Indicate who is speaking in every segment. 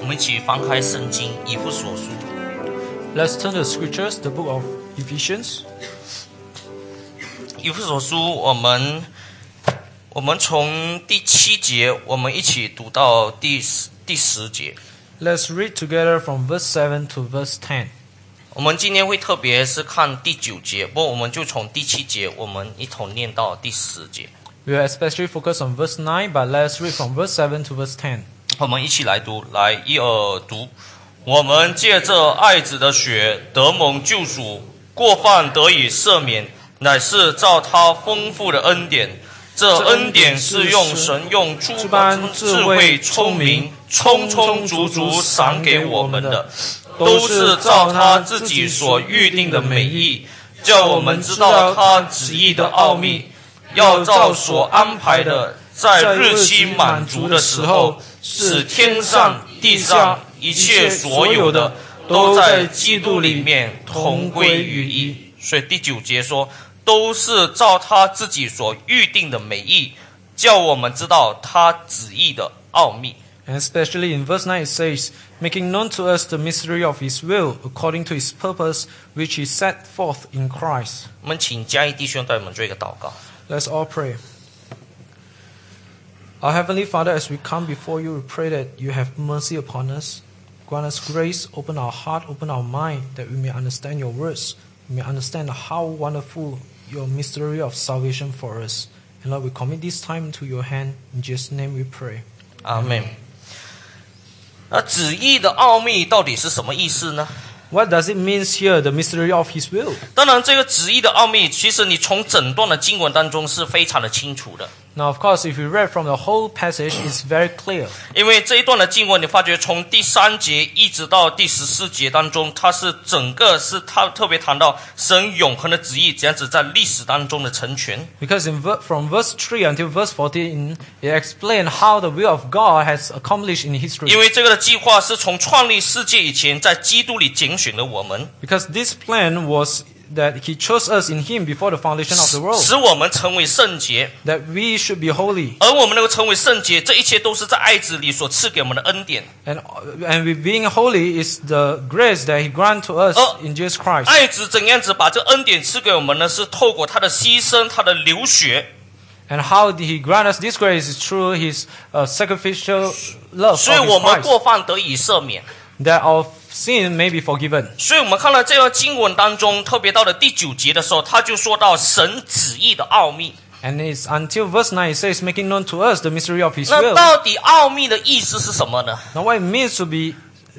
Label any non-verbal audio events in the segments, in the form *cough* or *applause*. Speaker 1: 我们一起翻开圣经以弗所书，
Speaker 2: Let's turn the scriptures, the book of Ephesians.
Speaker 1: 以弗所书我们我们从第七节我们一起读到第十第十节。
Speaker 2: Let's read together from verse 7 to verse 10.
Speaker 1: 我们今天会特别是看第九节，不过我们就从第七节我们一同念到第十节。
Speaker 2: We will especially focus on verse 9, but let's read from verse 7 to verse 10.
Speaker 1: 我们一起来读，来一二读。我们借着爱子的血得蒙救赎，过犯得以赦免，乃是照他丰富的恩典。这恩典是用神用诸般智慧、聪明，充充足足赏给我们的，都是照他自己所预定的美意，叫我们知道他旨意的奥秘，要照所安排的，在日期满足的时候，使天上地上一切所有的都在基督里面同归于一。所以第九节说，都是照他自己所预定的美意，叫我们知道他旨意的奥秘。
Speaker 2: And especially in verse 9 it says, making known to us the mystery of his will according to his purpose, which he set forth in Christ.
Speaker 1: 我们请嘉义弟兄带我们做一个祷告。
Speaker 2: Let's all pray. Our Heavenly Father, as we come before you, we pray that you have mercy upon us. Grant us grace, open our heart, open our mind, that we may understand your words, we may understand how wonderful your mystery of salvation for us. And Lord, we commit this time to your hand. In Jesus' name we pray.
Speaker 1: 阿门。那旨意的奥秘到底是什么意思呢？
Speaker 2: What does it mean here, the mystery of his will?
Speaker 1: 当然，这个旨意的奥秘，其实你从整段的经文当中是非常的清楚的，
Speaker 2: Now, of course, if we read from the whole passage, it's very clear.
Speaker 1: 因为这一段的经文，你发觉从第三节一直到第十四节当中，它是整个是它特别谈到神永恒的旨意这样子在历史当中的成全。
Speaker 2: Because in ver- from verse 3 until verse 14, it explains how the will of God has accomplished in history.
Speaker 1: 因为这个的计划是从创立世界以前，在基督里拣选了我们，
Speaker 2: Because this plan was that He chose us in Him before the foundation of the world,
Speaker 1: 使我们成为圣洁，
Speaker 2: that we should be holy.
Speaker 1: 而我们能够成为圣洁，这一切都是在爱子里所赐给我们的恩典。
Speaker 2: And, and with being holy is the grace that He grant to us
Speaker 1: Oh.
Speaker 2: in Jesus Christ.
Speaker 1: 爱子怎样子把这恩典赐给我们呢？是透过他的牺牲，他的流血。
Speaker 2: And how did He grant us this grace is through His uh, sacrificial love
Speaker 1: 所以
Speaker 2: of
Speaker 1: 我
Speaker 2: His
Speaker 1: 们
Speaker 2: Christ,
Speaker 1: 过犯得以赦免。
Speaker 2: that our sin may be forgiven.
Speaker 1: 所以我们看到这段经文当中，特别到了第九节的时候，他就说到神旨意的奥秘。
Speaker 2: And it's until verse 9 it says, making known to us the mystery of his
Speaker 1: 那
Speaker 2: will.
Speaker 1: 到底奥秘的意思是什么呢？
Speaker 2: Now, what it means to be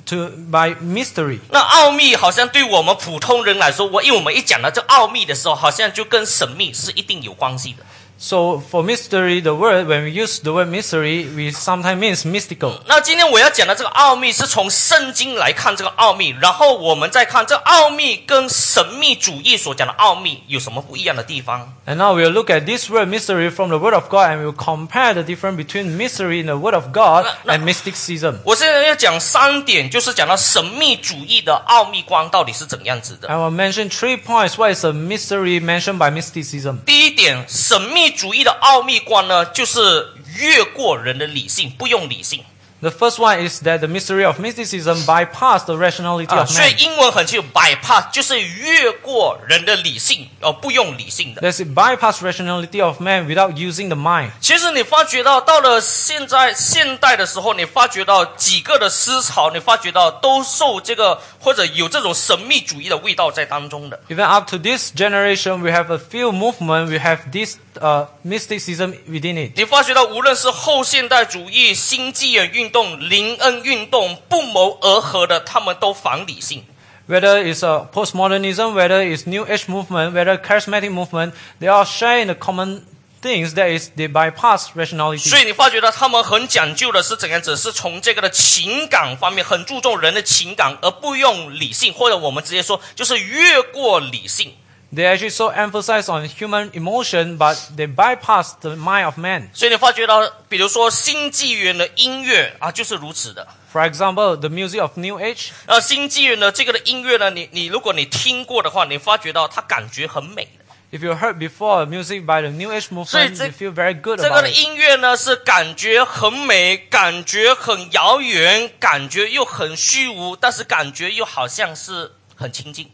Speaker 2: to by mystery.
Speaker 1: 那奥秘好像对我们普通人来说，我因为我们一讲到这奥秘的时候，好像就跟神秘是一定有关系的。
Speaker 2: So, for mystery, the word, when we use the word mystery, we sometimes means mystical.
Speaker 1: 那今天我要讲的这个奥秘，是从圣经来看这个奥秘，然后我们再看这奥秘跟神秘主义所讲的奥秘有什么不一样的地方。
Speaker 2: And now we'll look at this word mystery from the word of God and we'll compare the difference between mystery in the word of God
Speaker 1: No, no.
Speaker 2: and mysticism.
Speaker 1: 我现在要讲三点，就是讲到神秘主义的奥秘观到底是怎样子的。
Speaker 2: I will mention three points. What is a mystery mentioned by mysticism?
Speaker 1: 第一点，神秘主义的奥秘观呢，就是越过人的理性，啊不用理性
Speaker 2: The first one is that the mystery of mysticism bypass the rationality
Speaker 1: 啊。
Speaker 2: of
Speaker 1: 所以
Speaker 2: man.
Speaker 1: 英文很清楚，bypass 就是越过人的理性，哦，不用理性的。
Speaker 2: That's it bypass rationality of man without using the mind.
Speaker 1: 其实你发觉到，到了现在现代的时候，你发觉到几个的思潮，你发觉到都受这个或者有这种神秘主义的味道在当中的。
Speaker 2: Even up to this generation, we have a few movement. We have this uh, mysticism within it.
Speaker 1: 你发觉到，无论是后现代主义、新纪元运动、林恩运动，不谋而合的，他们都反理性。
Speaker 2: Whether it's uh, postmodernism, whether it's New Age movement, whether charismatic movement, they all share in the common things that is they bypass rationality.
Speaker 1: 所以你发觉到，他们很讲究的是怎样子？是从这个的情感方面，很注重人的情感，而不用理性，或者我们直接说，就是越过理性。
Speaker 2: They actually so emphasize on human emotion, but they bypass the mind of man.
Speaker 1: 所以你发觉到，比如说新纪元的音乐啊，就是如此的。
Speaker 2: For example, the music of New Age.
Speaker 1: 呃，新纪元的这个的音乐呢，你你如果你听过的话，你发觉到它感觉很美的。
Speaker 2: If you heard before music by the New Age
Speaker 1: 所以
Speaker 2: movement,
Speaker 1: 这
Speaker 2: you feel very good
Speaker 1: 这个
Speaker 2: about
Speaker 1: 的
Speaker 2: it.
Speaker 1: 音乐呢是感觉很美，感觉很遥远，感觉又很虚无，但是感觉又好像是很亲近。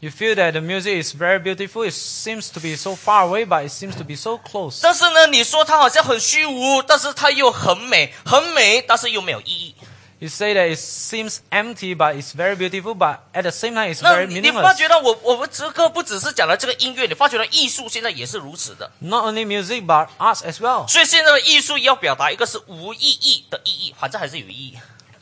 Speaker 2: You feel that the music is very beautiful. It seems to be so far away, but it seems to be so close.
Speaker 1: 但是呢，你说它好像很虚无，但是它又很美，很美，但是又没有意义。
Speaker 2: You say that it seems empty, but it's very beautiful. But at the same time, it's
Speaker 1: 那
Speaker 2: very
Speaker 1: 你你发
Speaker 2: meaningless.
Speaker 1: 觉到我我们这个不只是讲了这个音乐，你发觉到艺术现在也是如此的。
Speaker 2: Not only music, but arts as well.
Speaker 1: 所以现在的艺术要表达一个是无意义的意义，反正还是有意义。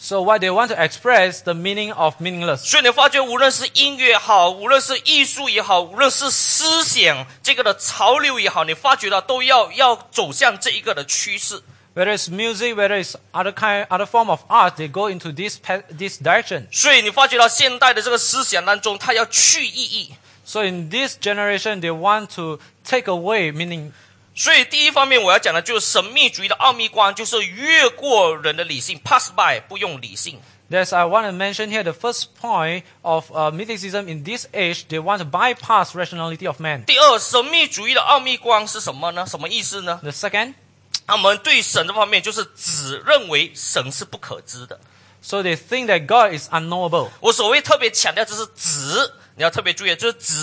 Speaker 2: So what they want to express the meaning of meaningless.
Speaker 1: 所以你发觉，无论是音乐也好，无论是艺术也好，无论是思想这个的潮流也好，你发觉到都要要走向这一个的趋势。
Speaker 2: Whether it's music, whether it's other kind, other form of art, they go into this pa- this direction.
Speaker 1: 所以你发觉到现代的这个思想当中，它要去意义。
Speaker 2: So in this generation, they want to take away meaning.
Speaker 1: 所以第一方面我要讲的就是神秘主义的奥秘观，就是越过人的理性，pass by 不用理性。
Speaker 2: That's I want to mention here the first point of uh, mysticism in this age. They want to bypass rationality of man.
Speaker 1: 第二，神秘主义的奥秘观是什么呢？什么意思呢？
Speaker 2: The second,
Speaker 1: 他们对神这方面就是只认为神是不可知的。
Speaker 2: so they think that God is unknowable.
Speaker 1: 我所谓特别强调就是只，你要特别注意，就是只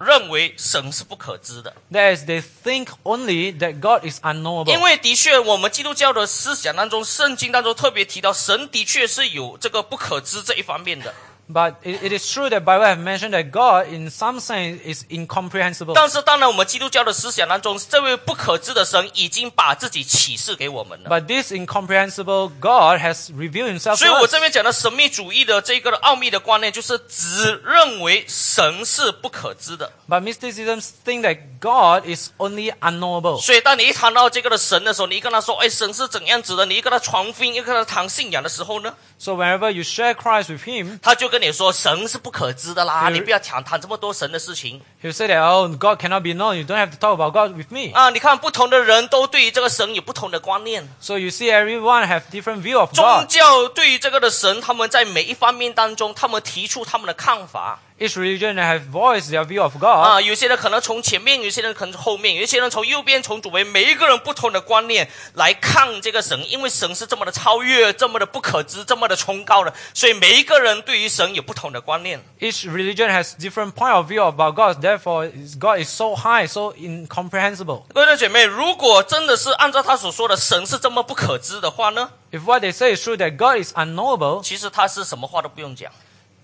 Speaker 1: 认为神是不可知的，
Speaker 2: That is, they think only that God is unknowable.
Speaker 1: 因为的确我们基督教的思想当中，圣经当中特别提到神的确是有这个不可知这一方面的，
Speaker 2: But it, it is true that Bible have mentioned that God, in some sense, is incomprehensible.
Speaker 1: 但是当然我们基督教的思想当中，这位不可知的神已经把自己启示给我们了。
Speaker 2: But this incomprehensible God has revealed Himself
Speaker 1: 所
Speaker 2: to
Speaker 1: 以，我
Speaker 2: us.
Speaker 1: 这边讲的神秘主义的这个奥秘的观念，就是只认为神是不可知的。
Speaker 2: But mysticism think that God is only unknowable.
Speaker 1: 所以，当你一谈到这个的神的时候，你一跟他说，哎，神是怎样子的，你一跟他传福音，一跟他谈信仰的时候呢，
Speaker 2: So whenever you share Christ with Him,
Speaker 1: 他就跟你说神是不可知的啦，
Speaker 2: 嗯
Speaker 1: 你不要讲谈这么多神的事情
Speaker 2: He'll say that oh, God cannot be known. You don't have to talk about God with me.
Speaker 1: 啊！你看，不同的人都对于这个神有不同的观念，
Speaker 2: So you see, everyone have different view of
Speaker 1: 宗
Speaker 2: God.
Speaker 1: 教对于这个的神，他们在每一方面当中，他们提出他们的看法
Speaker 2: Each religion have voiced their view of God.
Speaker 1: 啊。有些人可能从前面，有些人可能从后面，有些人从右边，从左边，每一个人不同的观念来看这个神，因为神是这么的超越，这么的不可知，这么的崇高的，所以每一个人对于神有不同的观念。
Speaker 2: Each religion has different point of view about God. Therefore, is- God is so high, so incomprehensible.
Speaker 1: 各位的姐妹，如果真的是按照他所说的神是这么不可知的话呢？
Speaker 2: If what they say is true that God is unknowable,
Speaker 1: 其实他是什么话都不用讲，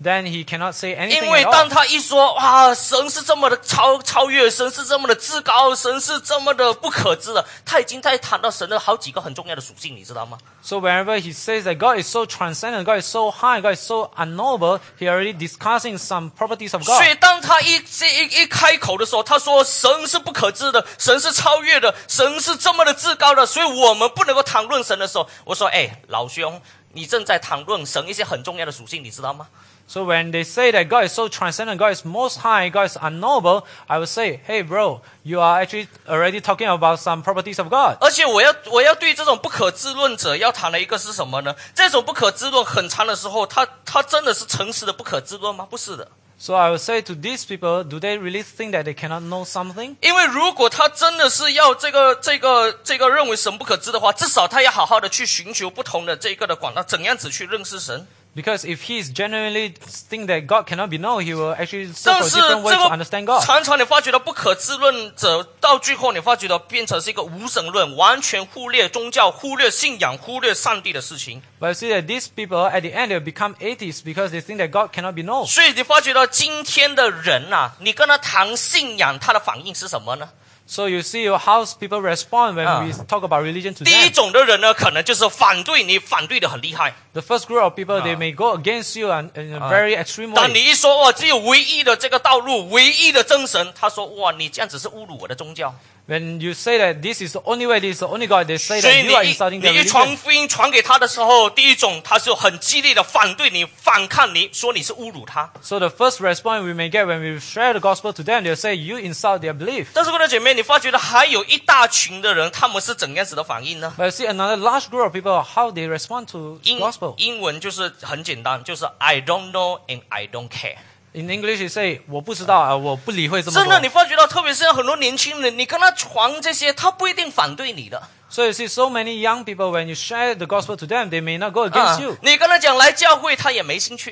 Speaker 2: then He cannot say
Speaker 1: 因
Speaker 2: anything
Speaker 1: 为
Speaker 2: at
Speaker 1: 当
Speaker 2: all.
Speaker 1: 他一说哇，神是这么的超超越，神是这么的至高，神是这么的不可知的，他已经在谈到神的好几个很重要的属性，你知道吗？
Speaker 2: So whenever He says that God is so transcendent, God is so high, God is so unknowable, He already discussing some properties of
Speaker 1: 所
Speaker 2: God.
Speaker 1: 以当他一这一一开口的时候，他说神是不可知的，神是超越的，神是这么的至高的，所以我们不能够谈论神的时候，我说哎，老兄，你正在谈论神一些很重要的属性，你知道吗？
Speaker 2: So when they say that God is so transcendent, God is most high, God is unknowable, I would say, hey bro, you are actually already talking about some properties of God.
Speaker 1: 而且我要我要对这种不可知论者要谈的一个是什么呢？这种不可知论很长的时候，他他真的是诚实的不可知论吗？不是的，
Speaker 2: So I would say to these people, do they really think that they cannot know something?
Speaker 1: 因为如果他真的是要这个这个这个认为神不可知的话，至少他要好好的去寻求不同的这个的管道，怎样子去认识神。
Speaker 2: Because if he is genuinely think that God cannot be known, he will actually search
Speaker 1: 但
Speaker 2: for
Speaker 1: 是
Speaker 2: different ways
Speaker 1: 这
Speaker 2: to understand
Speaker 1: 个
Speaker 2: God.
Speaker 1: 常常你发觉到不可知论者到最后，你发觉到变成是一个无神论，完全忽略宗教、忽略信仰、忽略上帝的事情。
Speaker 2: But you see that these people, at the end, they will become atheists because they think that God cannot be known.
Speaker 1: 所以你发觉到今天的人呐、啊你跟他谈信仰，他的反应是什么呢？
Speaker 2: So you see how people respond when
Speaker 1: Ah.
Speaker 2: we talk about religion to
Speaker 1: 第一
Speaker 2: them.
Speaker 1: 种的人呢，可能就是反对你，反对的很厉害。
Speaker 2: The first group of people, they
Speaker 1: Ah.
Speaker 2: may go against you and, in a very extreme
Speaker 1: 当
Speaker 2: way.
Speaker 1: 你一说哇，只有唯一的这个道路，唯一的真神，他说哇，你这样子是侮辱我的宗教。
Speaker 2: When you say that this is the only way, this is the only God, they say
Speaker 1: 所以
Speaker 2: that you are
Speaker 1: 你一
Speaker 2: insulting their
Speaker 1: 你一传
Speaker 2: religion.
Speaker 1: 福音传给他的时候，第一种他是很激烈的反对你、反抗你，说你是侮辱他。
Speaker 2: So the first response we may get when we share the gospel to them, they'll say, you insult their belief.
Speaker 1: 但是，各位姐妹，你发觉到还有一大群的人，他们是怎样子的反应呢？
Speaker 2: But you see another large group of people, how they respond to
Speaker 1: 英
Speaker 2: gospel.
Speaker 1: 英文就是很简单，就是 I don't know and I don't care。
Speaker 2: In English, you say 我不知道啊，我不理会这么
Speaker 1: 真的，你
Speaker 2: 多。
Speaker 1: 发觉到，特别是很多年轻人，你跟他传这些，他不一定反对你的。
Speaker 2: So you see, so many young people when you share the gospel to them, they may not go
Speaker 1: 啊
Speaker 2: against you.，
Speaker 1: 你跟他讲来教会，他也没兴趣；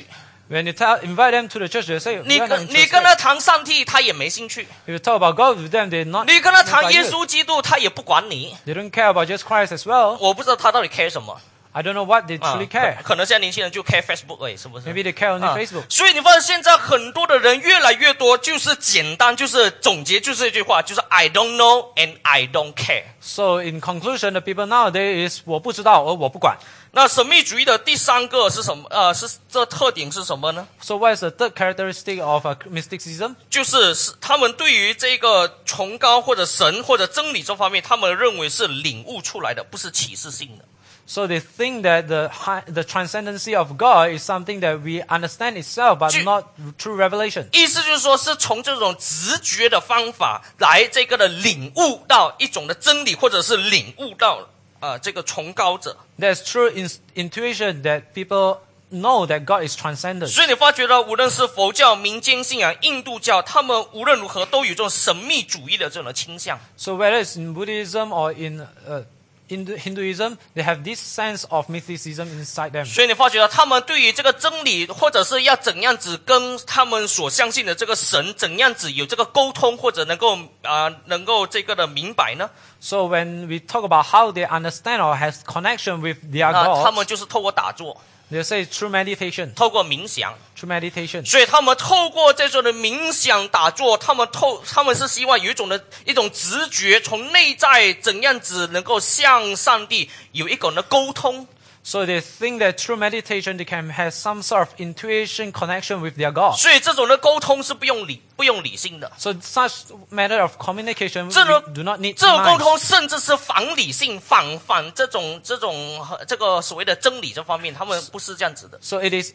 Speaker 2: When you tell invite them to the church, they say
Speaker 1: 你
Speaker 2: "We are not
Speaker 1: 跟你跟
Speaker 2: interested."
Speaker 1: 他谈上帝，他也没兴趣；
Speaker 2: If you talk about God with them, they're not.
Speaker 1: 你跟他
Speaker 2: not by
Speaker 1: 谈耶
Speaker 2: you.
Speaker 1: 稣基督，他也不管你。
Speaker 2: They don't care about Jesus Christ as well.
Speaker 1: 我不知道他到底 care 什么。
Speaker 2: I don't know what they
Speaker 1: 啊
Speaker 2: truly care.
Speaker 1: 可能现在年轻人就 care Facebook 而已，是不是
Speaker 2: Maybe they care only
Speaker 1: 啊
Speaker 2: Facebook.
Speaker 1: 所以你发现现在很多的人越来越多，就是简单，就是总结，就是这句话，就是 I don't know and I don't care。
Speaker 2: So in conclusion, the people nowadays is 我不知道而我不管。
Speaker 1: 那神秘主义的第三个是什么？呃，是这特点是什么呢？
Speaker 2: So what is the third characteristic of uh, mysticism?
Speaker 1: 就是是他们对于这个崇高或者神或者真理这方面，他们认为是领悟出来的，不是启示性的。
Speaker 2: So they think that the high, the transcendency of God is something that we understand itself, but
Speaker 1: Ju-
Speaker 2: not true revelation.
Speaker 1: 意思就是说，是从这种直觉的方法来这个的领悟到一种的真理，或者是领悟到啊、呃这个崇高者。
Speaker 2: There's true in- intuition that people know that God is transcendent.
Speaker 1: 所以你发觉到，无论是佛教、民间信仰、印度教，他们无论如何都有这种神秘主义的这种的倾向。
Speaker 2: So whether it's in Buddhism or in uh, Hindu- Hinduism, they have this sense of mysticism inside them.
Speaker 1: 所以你发觉到，他们对于这个真理，或者是要怎样子跟他们所相信的这个神怎样子有这个沟通，或者能够啊、能够这个的明白呢？
Speaker 2: So when we talk about how they understand or has connection with their
Speaker 1: 那啊他
Speaker 2: God,
Speaker 1: 们就是透过打坐，
Speaker 2: they say through meditation,
Speaker 1: 透过冥想。
Speaker 2: through meditation.
Speaker 1: 所以他们透过这种的冥想打坐，他们透他们是希望有一种的一种直觉，从内在怎样子能够向上帝有一种的沟通。
Speaker 2: So they think that through meditation they can have some sort of intuition connection with their God.
Speaker 1: 所以这种的沟通是不用理不用理性的，
Speaker 2: So such matter of communication we
Speaker 1: 这种
Speaker 2: do not need
Speaker 1: 这种沟
Speaker 2: minds.
Speaker 1: 通甚至是反理性、反反这种这种呃这个所谓的真理这方面，他们不是这样子的，
Speaker 2: So it is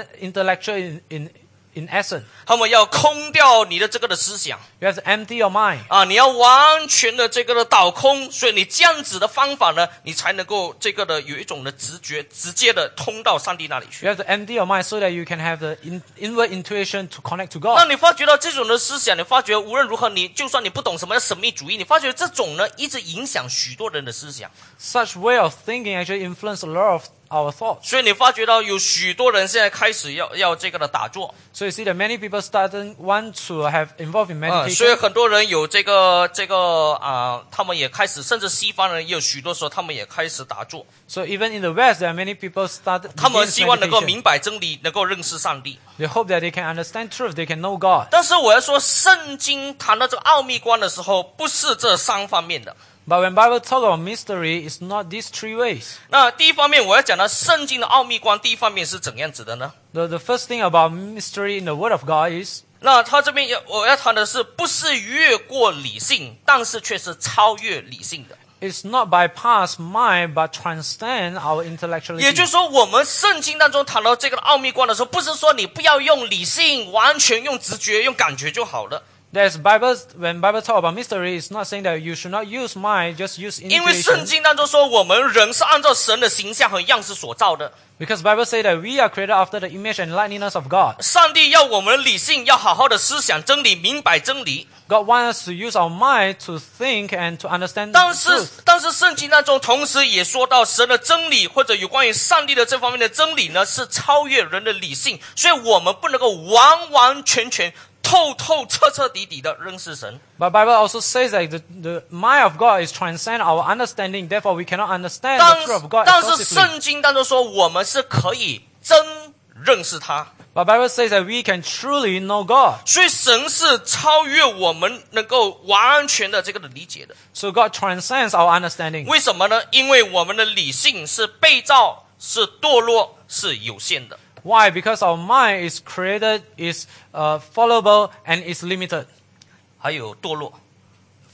Speaker 2: anti-intellectual in, in, in essence.
Speaker 1: 他们要空掉你的这个的思想
Speaker 2: You have to empty your mind.
Speaker 1: 啊，你要完全的这个的倒空，所以你这样子的方法呢，你才能够这个的有一种的直觉，直接的通到上帝那里去
Speaker 2: You。have to empty your mind so that you can have the in, inward intuition to connect to
Speaker 1: 那
Speaker 2: God.
Speaker 1: 你发觉到这种的思想，你发觉无论如何，你就算你不懂什么叫神秘主义，你发觉这种呢，一直影响许多人的思想。
Speaker 2: Such way of thinking actually influence a lot of our thoughts.
Speaker 1: 所以你发觉到有许多人现在开始要要这个的打坐，
Speaker 2: So you see that many people starting want to have involved in
Speaker 1: 嗯，所
Speaker 2: meditation.
Speaker 1: 以很多人有这个这个啊、他们也开始，甚至西方人也有许多时候他们也开始打坐，
Speaker 2: so even in the West, there are many people started.
Speaker 1: 他们希望能够
Speaker 2: begins
Speaker 1: 明白真理，能够认识上帝。
Speaker 2: They hope that they can understand truth, they can know God.
Speaker 1: 但是我要说，圣经谈到这个奥秘观的时候，不是这三方面的。
Speaker 2: But when Bible talk about mystery, it's not these three ways.
Speaker 1: 那第一方面，我要讲到圣经的奥秘观，第一方面是怎样子的呢？
Speaker 2: The, the first thing about mystery in the Word of God is
Speaker 1: 那他这边要我要谈的是，不是越过理性，但是却是超越理性的。
Speaker 2: it's not bypass mind but transcend our intellectuality.
Speaker 1: 也就是说，我们圣经当中谈到这个奥秘观的时候，不是说你不要用理性，完全用直觉、用感觉就好了，
Speaker 2: There's Bible when Bible talk about mystery, it's not saying that you should not use mind, just use
Speaker 1: 因为圣
Speaker 2: intuition.
Speaker 1: 经当中说，我们人是按照神的形象和样式所造的。
Speaker 2: Because Bible say that we are created after the image and likeness of God.
Speaker 1: 上帝要我们的理性要好好的思想真理，明白真理。
Speaker 2: God wants us to use our mind to think and to understand
Speaker 1: 但
Speaker 2: the
Speaker 1: 是
Speaker 2: truth.
Speaker 1: 但是圣经当中同时也说到神的真理或者有关于上帝的这方面的真理呢，是超越人的理性，所以我们不能够完完全全、透透彻彻底底的认识神。
Speaker 2: But Bible also says that the, the mind of God is transcend our understanding, therefore we cannot understand
Speaker 1: 但
Speaker 2: the
Speaker 1: 是
Speaker 2: truth of God
Speaker 1: 但是
Speaker 2: exhaustively.
Speaker 1: 圣经当中说，我们是可以真认识他，
Speaker 2: But Bible says that we can truly know God.
Speaker 1: 所以神是超越我们能够完全的这个的理解的。
Speaker 2: So God transcends our understanding.
Speaker 1: 为什么呢？因为我们的理性是被造、是堕落、是有限的。
Speaker 2: Why? Because our mind is created, is uh, fallible, and is limited.
Speaker 1: 还有堕落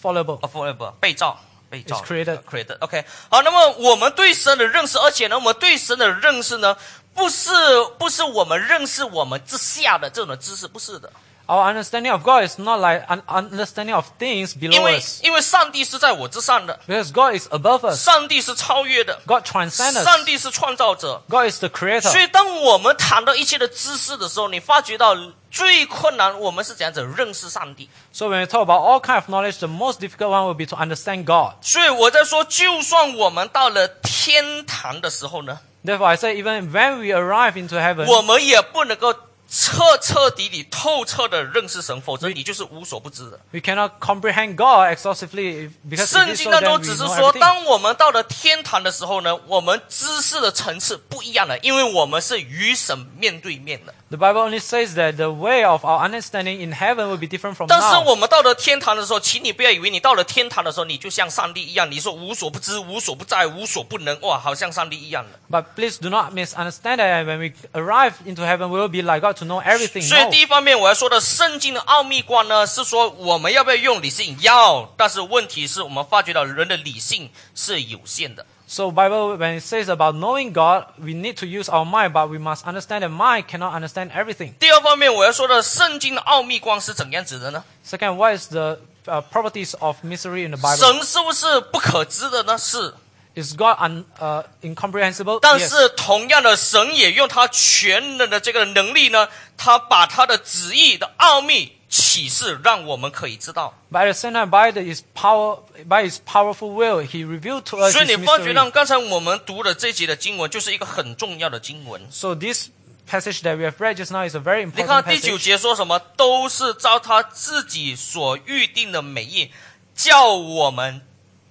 Speaker 2: Fallible.
Speaker 1: f o r e v e r 被造。被造
Speaker 2: It's created.
Speaker 1: created OK 好，那么我们对神的认识，而且呢，我们对神的认识呢，不是不是我们认识我们之下的这种知识，不是的，
Speaker 2: Our understanding of God is not like an understanding of things
Speaker 1: 因
Speaker 2: below
Speaker 1: 为
Speaker 2: us.
Speaker 1: 因为上帝是在我之上的，
Speaker 2: Because God is above us.
Speaker 1: 上帝是超越的，
Speaker 2: God transcends
Speaker 1: 上
Speaker 2: us.
Speaker 1: 帝是创造者。
Speaker 2: God is the creator.
Speaker 1: 所以，当我们谈到一切的知识的时候，你发觉到最困难，我们是怎样子认识上帝。
Speaker 2: So when we talk about all kind of knowledge, the most difficult one will be to understand God.
Speaker 1: 所以我在说，就算我们到了天堂的时候呢，
Speaker 2: Therefore, I say even when we arrive into heaven,
Speaker 1: 我们也不能够彻彻底底、透彻的认识神，否则你就是无所不知的。
Speaker 2: we cannot comprehend God exhaustively if- because it
Speaker 1: 圣
Speaker 2: is
Speaker 1: 经
Speaker 2: so
Speaker 1: 当
Speaker 2: then
Speaker 1: 中
Speaker 2: we
Speaker 1: 只是
Speaker 2: know
Speaker 1: 说，
Speaker 2: everything.
Speaker 1: 当我们到了天堂的时候呢，我们知识的层次不一样了，因为我们是与神面对面的。
Speaker 2: The Bible only says that the way of our understanding in heaven will be different from
Speaker 1: 但是
Speaker 2: now.
Speaker 1: 我们到了天堂的时候，请你不要以为你到了天堂的时候，你就像上帝一样，你说无所不知、无所不在、无所不能，哇，好像上帝一样的。
Speaker 2: But please do not misunderstand that when we arrive into heaven, we will be like God to know everything.
Speaker 1: 所以
Speaker 2: No.
Speaker 1: 第一方面我要说的圣经的奥秘观呢，是说我们要不要用理性？要，但是问题是我们发觉到人的理性是有限的。
Speaker 2: So Bible when it says about knowing God, we need to use our mind, but we must understand that mind cannot understand everything.
Speaker 1: 第二方面我要说的圣经的奥秘观是怎样子的呢？
Speaker 2: Second, what is the uh, properties of misery in the Bible?
Speaker 1: 神是不是不可知的呢？是，
Speaker 2: Is God un, uh, incomprehensible?
Speaker 1: 但
Speaker 2: Yes.
Speaker 1: 是同样的，神也用他全能的这个能力呢，他把他的旨意的奥秘启示，让我们可以知道。
Speaker 2: But at the same time, by the, his power, by his powerful will, he revealed to us
Speaker 1: 所以
Speaker 2: his
Speaker 1: 你发觉到
Speaker 2: mystery.
Speaker 1: 刚才我们读的这节的经文，就是一个很重要的经文。
Speaker 2: So this passage that we have read just now is a very
Speaker 1: 你看
Speaker 2: important
Speaker 1: 第九
Speaker 2: passage.
Speaker 1: 节说什么？都是照他自己所预定的美意，叫我们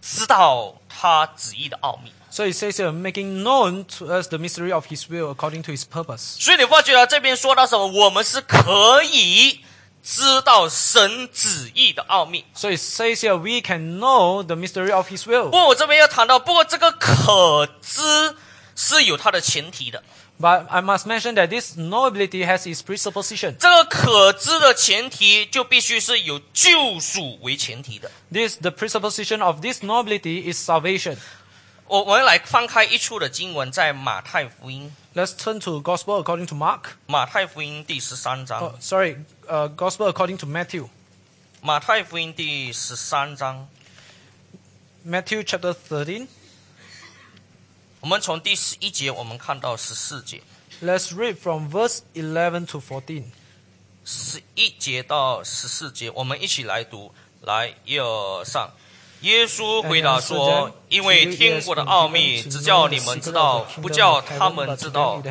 Speaker 1: 知道他旨意的奥秘。
Speaker 2: So it says here, making known to us the mystery of his will according to his purpose.
Speaker 1: 所以你发觉到这边说到什么？我们是可以知道神旨意的奥秘。
Speaker 2: So it says here, we can know the mystery of his
Speaker 1: 不
Speaker 2: will.
Speaker 1: 过我这边要谈到，不过这个可知是有它的前提的。
Speaker 2: But I must mention that this knowability has its presupposition.
Speaker 1: 这个可知的前提就必须是有救赎为前提的。
Speaker 2: This, the presupposition of this knowability is salvation.
Speaker 1: 我我们来翻开一处的经文，在马太福音，
Speaker 2: Let's turn to Gospel according to Mark.
Speaker 1: 马太福音第十三章。
Speaker 2: Oh, sorry, uh, Gospel according to Matthew.
Speaker 1: 马太福音第十三章，
Speaker 2: Matthew chapter 13.
Speaker 1: 我们从第十一节我们看到十四节，
Speaker 2: Let's read from verse 11 to 14.
Speaker 1: 十一节到十四节，我们一起来读。来，一二三。耶稣回答说：“因为天国的奥秘，只叫你们知道，不叫他们知道。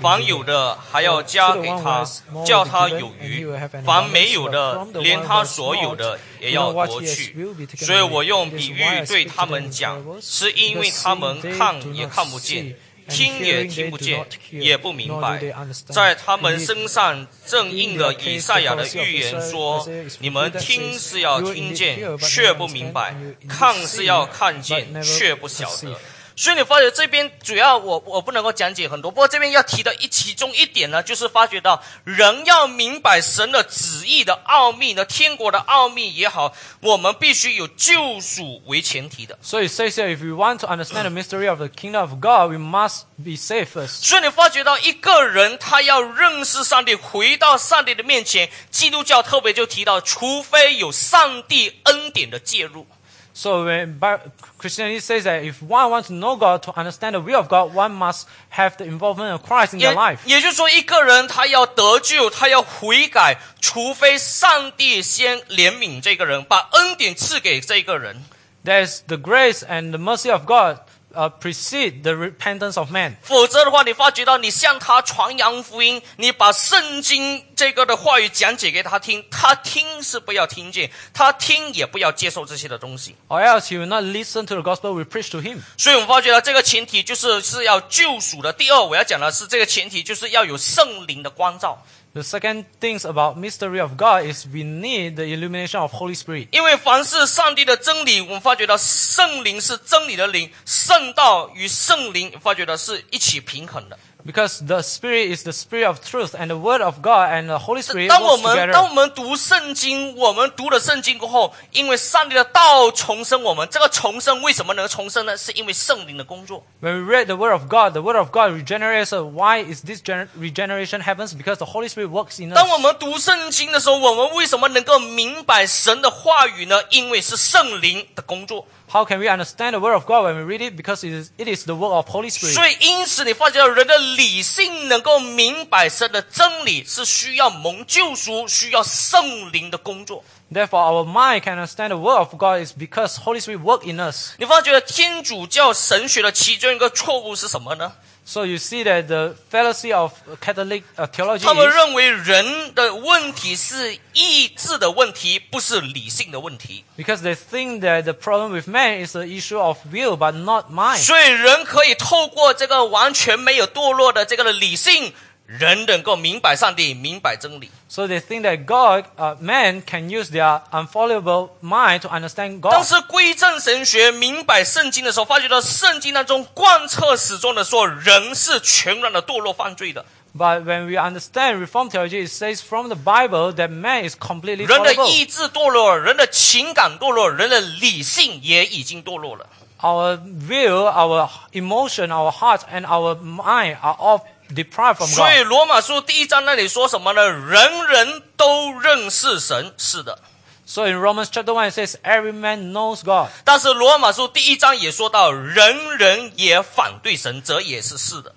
Speaker 1: 凡有的还要加给他，叫他有余；凡没有的，连他所有的也要夺去。所以我用比喻对他们讲，是因为他们看也看不见。”听也听不见，也不明白，在他们身上正应了以赛亚的预言说：“你们听是要听见，却不明白；看是要看见，却不晓得。”所以你发觉这边主要我我不能够讲解很多，不过这边要提的一其中一点呢，就是发觉到人要明白神的旨意的奥秘呢，天国的奥秘也好，我们必须有救赎为前提的。
Speaker 2: So it says here, if we want to understand the mystery of the kingdom of God, we must be saved first.
Speaker 1: 所以你发觉到一个人他要认识上帝，回到上帝的面前，基督教特别就提到，除非有上帝恩典的介入。
Speaker 2: So when Bi- Christianity says that if one wants to know God, to understand the will of God, one must have the involvement of Christ in
Speaker 1: 也
Speaker 2: their life.
Speaker 1: 也就是说，一个人他要得救，他要悔改，除非上帝先怜悯这个人，把恩典赐给这个人，
Speaker 2: There's the grace and the mercy of God uh, precede the repentance of man.
Speaker 1: 否则的话，你发觉到你向他传扬福音，你把圣经这个的话语讲解给他听，他听是不要听见，他听也不要接受这些的东西。
Speaker 2: Or else he will not listen to the gospel we preach to him.
Speaker 1: 所以我们发觉到这个前提就是是要救赎的。第二，我要讲的是这个前提就是要有圣灵的光照，
Speaker 2: The second things about mystery of God is we need the illumination of Holy Spirit.
Speaker 1: 因为凡是上帝的真理，我们发觉到圣灵是真理的灵，圣道与圣灵发觉到是一起平衡的。
Speaker 2: Because the Spirit is the Spirit of truth and the Word of God and the Holy Spirit
Speaker 1: 当我
Speaker 2: works
Speaker 1: 们当我
Speaker 2: together.
Speaker 1: 们读圣经，我们读了圣经过后，因为上帝的道重生我们，这个重生为什么能重生呢？是因为圣灵的工作。
Speaker 2: When we read the Word of God, the Word of God regenerates us. Why is this gener- regeneration happens? Because the Holy Spirit works in
Speaker 1: 当我
Speaker 2: us.
Speaker 1: 们读圣经的时候，我们为什么能够明白神的话语呢？因为是圣灵的工作。
Speaker 2: How can we understand the Word of God when we read it? Because it is, it is the work of Holy Spirit.
Speaker 1: 所以，因此你发觉到人的理性能够明白神的真理，是需要蒙救赎，需要圣灵的工作。
Speaker 2: Therefore, our mind can understand the Word of God is because Holy Spirit work in us.
Speaker 1: 你发觉天主教神学的其中一个错误是什么呢？
Speaker 2: So you see that the fallacy of Catholic uh, theology
Speaker 1: 他们
Speaker 2: is
Speaker 1: 认为人的问题是意志的问题，不是理性的问题。
Speaker 2: because they think that the problem with man is the issue of will, but not mind.
Speaker 1: 所以，人可以透过这个完全没有堕落的这个的理性，人能够明白上帝，明白真理。
Speaker 2: So they think that God, uh, man, can use their unfallible mind to understand
Speaker 1: 当
Speaker 2: God.
Speaker 1: 时归正神学明白圣经的时候，发觉到圣经当中贯彻始终的说，人是全然的堕落犯罪的，
Speaker 2: But when we understand Reformed theology, it says from the Bible that man is completely
Speaker 1: 人的
Speaker 2: fallible.
Speaker 1: 意志堕落，人的情感堕落，人的理性也已经堕落了。
Speaker 2: Our will, our emotion, our heart, and our mind are all deprived from
Speaker 1: 所以
Speaker 2: God.
Speaker 1: 罗马书第一章那里说什么呢？人人都认识神，是的。
Speaker 2: So in Romans chapter 1, it says, Every man knows God.
Speaker 1: 但是罗马书第一章也说到，人人也反对神，这也是是的。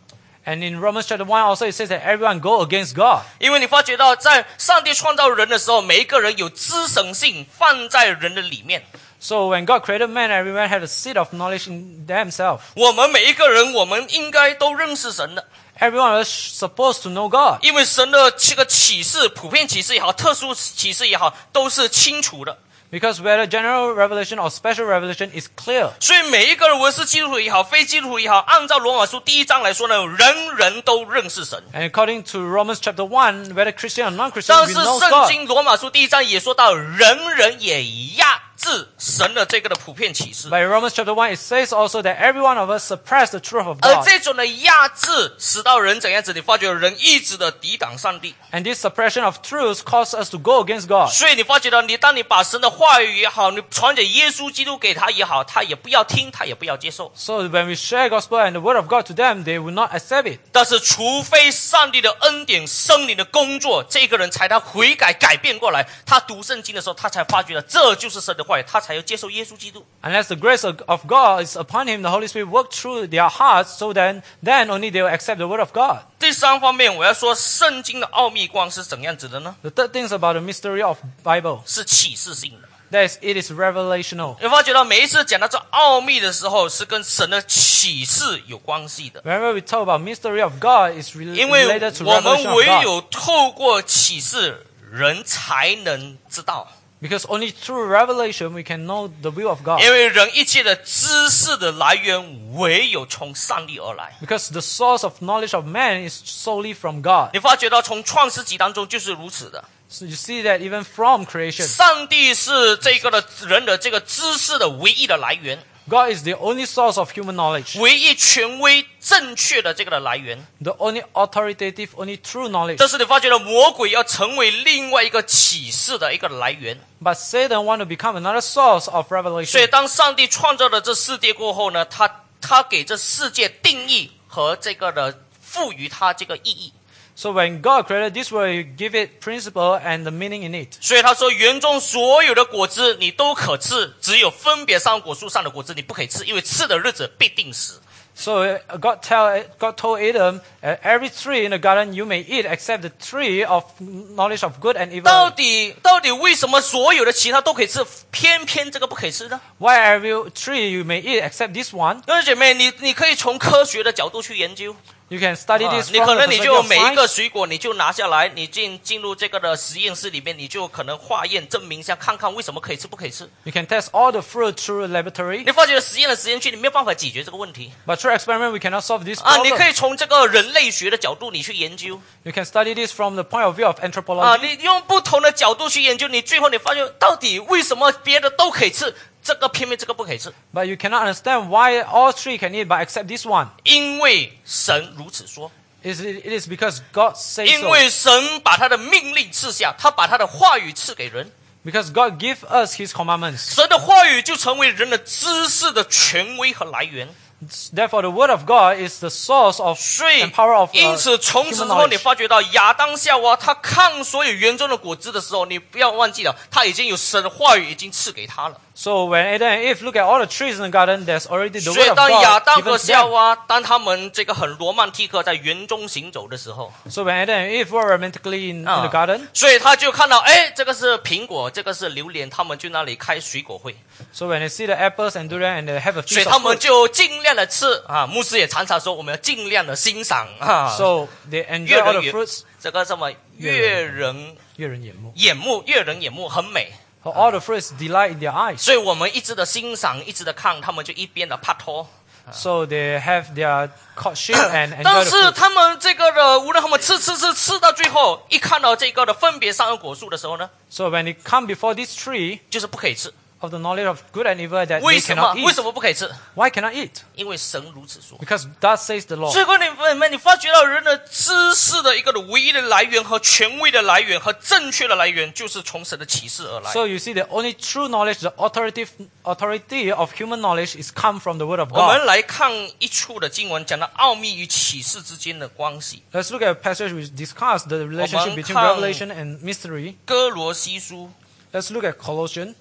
Speaker 2: And in Romans chapter 1 also it says that everyone go against God.
Speaker 1: 因为你发觉到，在上帝创造人的时候，每一个人有知神性放在人的里面。
Speaker 2: So when God created man, everyone had a seed of knowledge in themselves.
Speaker 1: 我们每一个人，我们应该都认识神的，
Speaker 2: Everyone was supposed to know God
Speaker 1: 因为神的这个启示，普遍启示也好，特殊启示也好，都是清楚的。
Speaker 2: because whether general revelation or special revelation is clear.
Speaker 1: 所以每一个人，无论是基督徒也好，非基督徒也好，按照罗马书第一章来说呢，人人都认识神。
Speaker 2: And according to Romans chapter 1, whether Christian or non-Christian,
Speaker 1: 但
Speaker 2: we
Speaker 1: 是
Speaker 2: know
Speaker 1: 圣
Speaker 2: God.
Speaker 1: 经罗马书第一章也说到，人人也压制神的这个的普遍启示，
Speaker 2: But in Romans chapter 1, it says also that every one of us suppress the truth of
Speaker 1: 而
Speaker 2: God.
Speaker 1: 这种的压制使到人怎样子？你发觉人一直的抵挡上帝，
Speaker 2: And this suppression of truth caused us to go against God.
Speaker 1: 所以你发觉到你，当你把神的话语也好，你传讲耶稣基督给他也好，他也不要听，他也不要接受。
Speaker 2: So when we share gospel and the word of God to them, they will not accept it.
Speaker 1: 但是，除非上帝的恩典、圣灵的工作，这个人才他悔改、改变过来，他读圣经的时候，他才发觉了这就是神的话语，他才要接受耶稣基督。
Speaker 2: Unless the grace of of God is upon him, the Holy Spirit work through their hearts, so then, then only they will accept the word of God.
Speaker 1: 第三方面，我要说圣经的奥秘观是怎样子的呢？
Speaker 2: The third thing is about the mystery of Bible.
Speaker 1: 是启示性的。
Speaker 2: That is, it is revelational.
Speaker 1: 你发觉到每一次讲到这奥秘的时候，是跟神的启示有关系的，
Speaker 2: Whenever we talk about mystery of God, it's rel-
Speaker 1: 因为
Speaker 2: related to
Speaker 1: 我们
Speaker 2: revelation of
Speaker 1: 唯
Speaker 2: God.
Speaker 1: 有透过启示，人才能知
Speaker 2: 啊
Speaker 1: 道。
Speaker 2: Because only through revelation we can know the will of God.
Speaker 1: 因为人一切的知识的来源，唯有从上帝而来。
Speaker 2: Because the source of knowledge of man is solely from God.
Speaker 1: 你发觉到从创世纪当中就是如此的，
Speaker 2: So you see that even from creation.
Speaker 1: 上帝是这个的人的这个知识的唯一的来源，
Speaker 2: God is the only source of human knowledge,
Speaker 1: 唯一权威正确的这个的来源。
Speaker 2: the only authoritative, only true knowledge.
Speaker 1: 但是你发觉了魔鬼要成为另外一个启示的一个来源，
Speaker 2: But Satan want to become another source of
Speaker 1: 所以
Speaker 2: revelation.
Speaker 1: 当上帝创造了这世界过后呢，他他给这世界定义和这个的赋予它这个意义。
Speaker 2: So when God created this world, He give it principle and the meaning in it.
Speaker 1: 所以他说，园中所有的果子你都可吃，只有分别善恶果树上的果子你不可以吃，因为吃的日子必定死。
Speaker 2: So uh, God tell God told Adam, uh, every tree in the garden you may eat except the tree of knowledge of good and
Speaker 1: 到
Speaker 2: evil.
Speaker 1: 底到底为什么所有的其他都可以吃，偏偏这个不可以吃呢？
Speaker 2: Why every tree you may eat except this one?
Speaker 1: 弟兄姐妹，你你可以从科学的角度去研究，
Speaker 2: You can study
Speaker 1: 啊
Speaker 2: this
Speaker 1: 你
Speaker 2: from
Speaker 1: 可
Speaker 2: the
Speaker 1: 能你
Speaker 2: perspective
Speaker 1: 就
Speaker 2: of
Speaker 1: 每一个
Speaker 2: science.
Speaker 1: 水果你就拿下来，你进进入这个的实验室里面，你就可能化验证明一下，看看为什么可以吃不可以吃。
Speaker 2: You can test all the fruit through laboratory,
Speaker 1: 你发觉实验的实验区你没有办法解决这个问题
Speaker 2: but through experiment we cannot solve this
Speaker 1: 啊！你
Speaker 2: problem.
Speaker 1: 可以从这个人类学的角度你去研究
Speaker 2: You can study this from the point of view of
Speaker 1: 啊，
Speaker 2: anthropology.
Speaker 1: 你用不同的角度去研究，你最后你发现到底为什么别的都可以吃，这个偏偏这个不可以吃？
Speaker 2: But you cannot understand why all three can eat but except this one.
Speaker 1: 因为神如此说，
Speaker 2: Is it, it is because God says
Speaker 1: 因
Speaker 2: so.
Speaker 1: 为神把他的命令赐下，他把他的话语赐给人，
Speaker 2: Because God give us His commandments.
Speaker 1: 神的话语就成为人的知识的权威和来源。
Speaker 2: Therefore, the word of God is the source of uh,
Speaker 1: 所以
Speaker 2: and power of，uh,
Speaker 1: 因此从此之
Speaker 2: human
Speaker 1: 后，你
Speaker 2: knowledge.
Speaker 1: 发觉到亚当夏娃他看所有园中的果子的时候，你不要忘记了，他已经有神的话语已经赐给他了。
Speaker 2: So when Adam and Eve look at all the trees in the garden, there's already the
Speaker 1: 所
Speaker 2: word
Speaker 1: 以
Speaker 2: of
Speaker 1: 当亚
Speaker 2: God
Speaker 1: 当
Speaker 2: given
Speaker 1: 和
Speaker 2: to
Speaker 1: 夏
Speaker 2: them.
Speaker 1: 娃，当他们这个很罗曼蒂克在园中行走的时候，
Speaker 2: So when Adam and Eve were romantically in, in
Speaker 1: 啊
Speaker 2: the garden,
Speaker 1: 所以他就看到，哎，这个是苹果，这个是榴莲，他们去那里开水果会，
Speaker 2: so when they see the apples and durian and they have a
Speaker 1: 所以
Speaker 2: feast
Speaker 1: 他
Speaker 2: of
Speaker 1: 们
Speaker 2: fruit,
Speaker 1: 就尽量的吃啊。牧师也常常说，我们要尽量的欣赏啊，
Speaker 2: ah, so they
Speaker 1: 越
Speaker 2: enjoy
Speaker 1: 人
Speaker 2: all the
Speaker 1: 越
Speaker 2: fruits.
Speaker 1: 这个什么
Speaker 2: 越
Speaker 1: 越人
Speaker 2: 越人眼目.
Speaker 1: 眼目，越人眼目很美。
Speaker 2: For all the fruits delight in their eyes.
Speaker 1: 所以我们一直的欣赏，一直的看，他们就一边的拍拖。
Speaker 2: So they have their courtship and enjoy
Speaker 1: 但
Speaker 2: the
Speaker 1: 是
Speaker 2: fruit.
Speaker 1: 他们这个的，无论他们吃吃吃吃到最后，一看到这个的分别善恶果树的时候呢，
Speaker 2: So when they come before this tree
Speaker 1: 就是不可以吃。
Speaker 2: of the knowledge of good and evil that
Speaker 1: 为
Speaker 2: they
Speaker 1: 什么？
Speaker 2: cannot
Speaker 1: 为
Speaker 2: eat,
Speaker 1: 什么不可以吃？
Speaker 2: why cannot eat?
Speaker 1: 因为神如此说。
Speaker 2: Because thus says the Lord.
Speaker 1: 所以，各位朋友们，你发觉到人的知识的一个的唯一的来源和权威的来源和正确的来源，就是从神的启示而来。
Speaker 2: So you see, the only true knowledge, the authoritative authority of human knowledge, is come from the Word of
Speaker 1: 我们
Speaker 2: God.
Speaker 1: 来看一处的经文，讲到奥秘与启示之间的关系，
Speaker 2: Let's look at a passage which discuss the relationship between
Speaker 1: 我们看-
Speaker 2: revelation and mystery.
Speaker 1: 《哥罗西书》。
Speaker 2: Let's look at Colossians,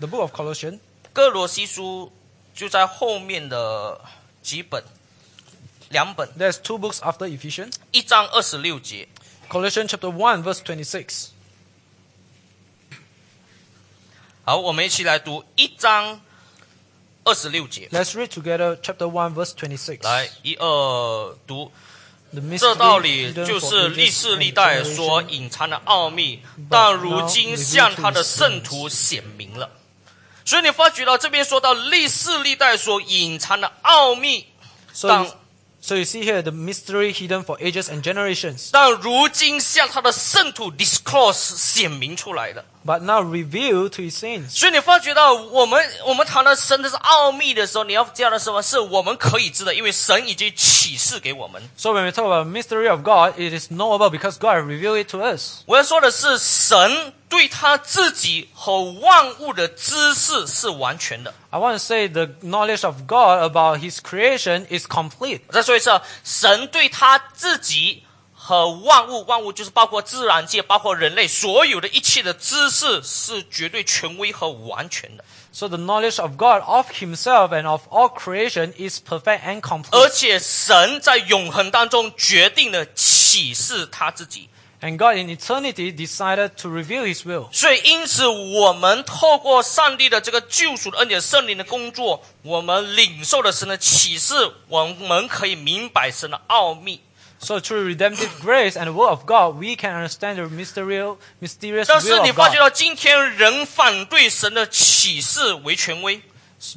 Speaker 2: the book of Colossians.
Speaker 1: 哥罗西书就在后面的几本，两本，
Speaker 2: There's two books after Ephesians.
Speaker 1: 一章二十六节，
Speaker 2: Colossians chapter one, verse twenty-six.
Speaker 1: 好，我们一起来读一章二十六节。
Speaker 2: Let's read together chapter one, verse twenty-six.
Speaker 1: 来，一二读，
Speaker 2: The mystery
Speaker 1: 这道理
Speaker 2: hidden
Speaker 1: 就
Speaker 2: for
Speaker 1: 是
Speaker 2: ages
Speaker 1: 历世
Speaker 2: and
Speaker 1: 历代
Speaker 2: generation
Speaker 1: 所隐藏的奥秘，但如今向他的圣徒显明了。所以你发觉到这边说到历世历代所隐藏的奥秘，
Speaker 2: So,
Speaker 1: 但
Speaker 2: you, so you see here the mystery hidden for ages and generations,
Speaker 1: 但如今向他的圣徒 disclose 显明出来了。
Speaker 2: but now revealed to his saints.
Speaker 1: 所以你发觉到，我们我们谈到神的是奥秘的时候，你要知道的是什么？是我们可以知的，因为神已经启示给我们。
Speaker 2: So when we talk about mystery of God, it is knowable because God revealed it to us.
Speaker 1: 我要说的是，神对他自己和万物的知识是完全的。
Speaker 2: I want to say the knowledge of God about His creation is complete.
Speaker 1: 我再说一次啊，神对他自己和万物，万物就是包括自然界、包括人类所有的一切的知识是绝对权威和完全的，
Speaker 2: So the knowledge of God of Himself and of all creation is perfect and
Speaker 1: 而
Speaker 2: complete.
Speaker 1: 且神在永恒当中决定了启示他自己。
Speaker 2: And God in eternity decided to reveal His will.
Speaker 1: 所以，因此，我们透过上帝的这个救赎的恩典、圣灵的工作，我们领受了神的启示，我们可以明白神的奥秘。
Speaker 2: So through redemptive grace and the will of God, we can understand the mysterious, mysterious
Speaker 1: 但是，
Speaker 2: will
Speaker 1: 你
Speaker 2: of
Speaker 1: 发觉
Speaker 2: God.
Speaker 1: 到今天人反对神的启示为权威，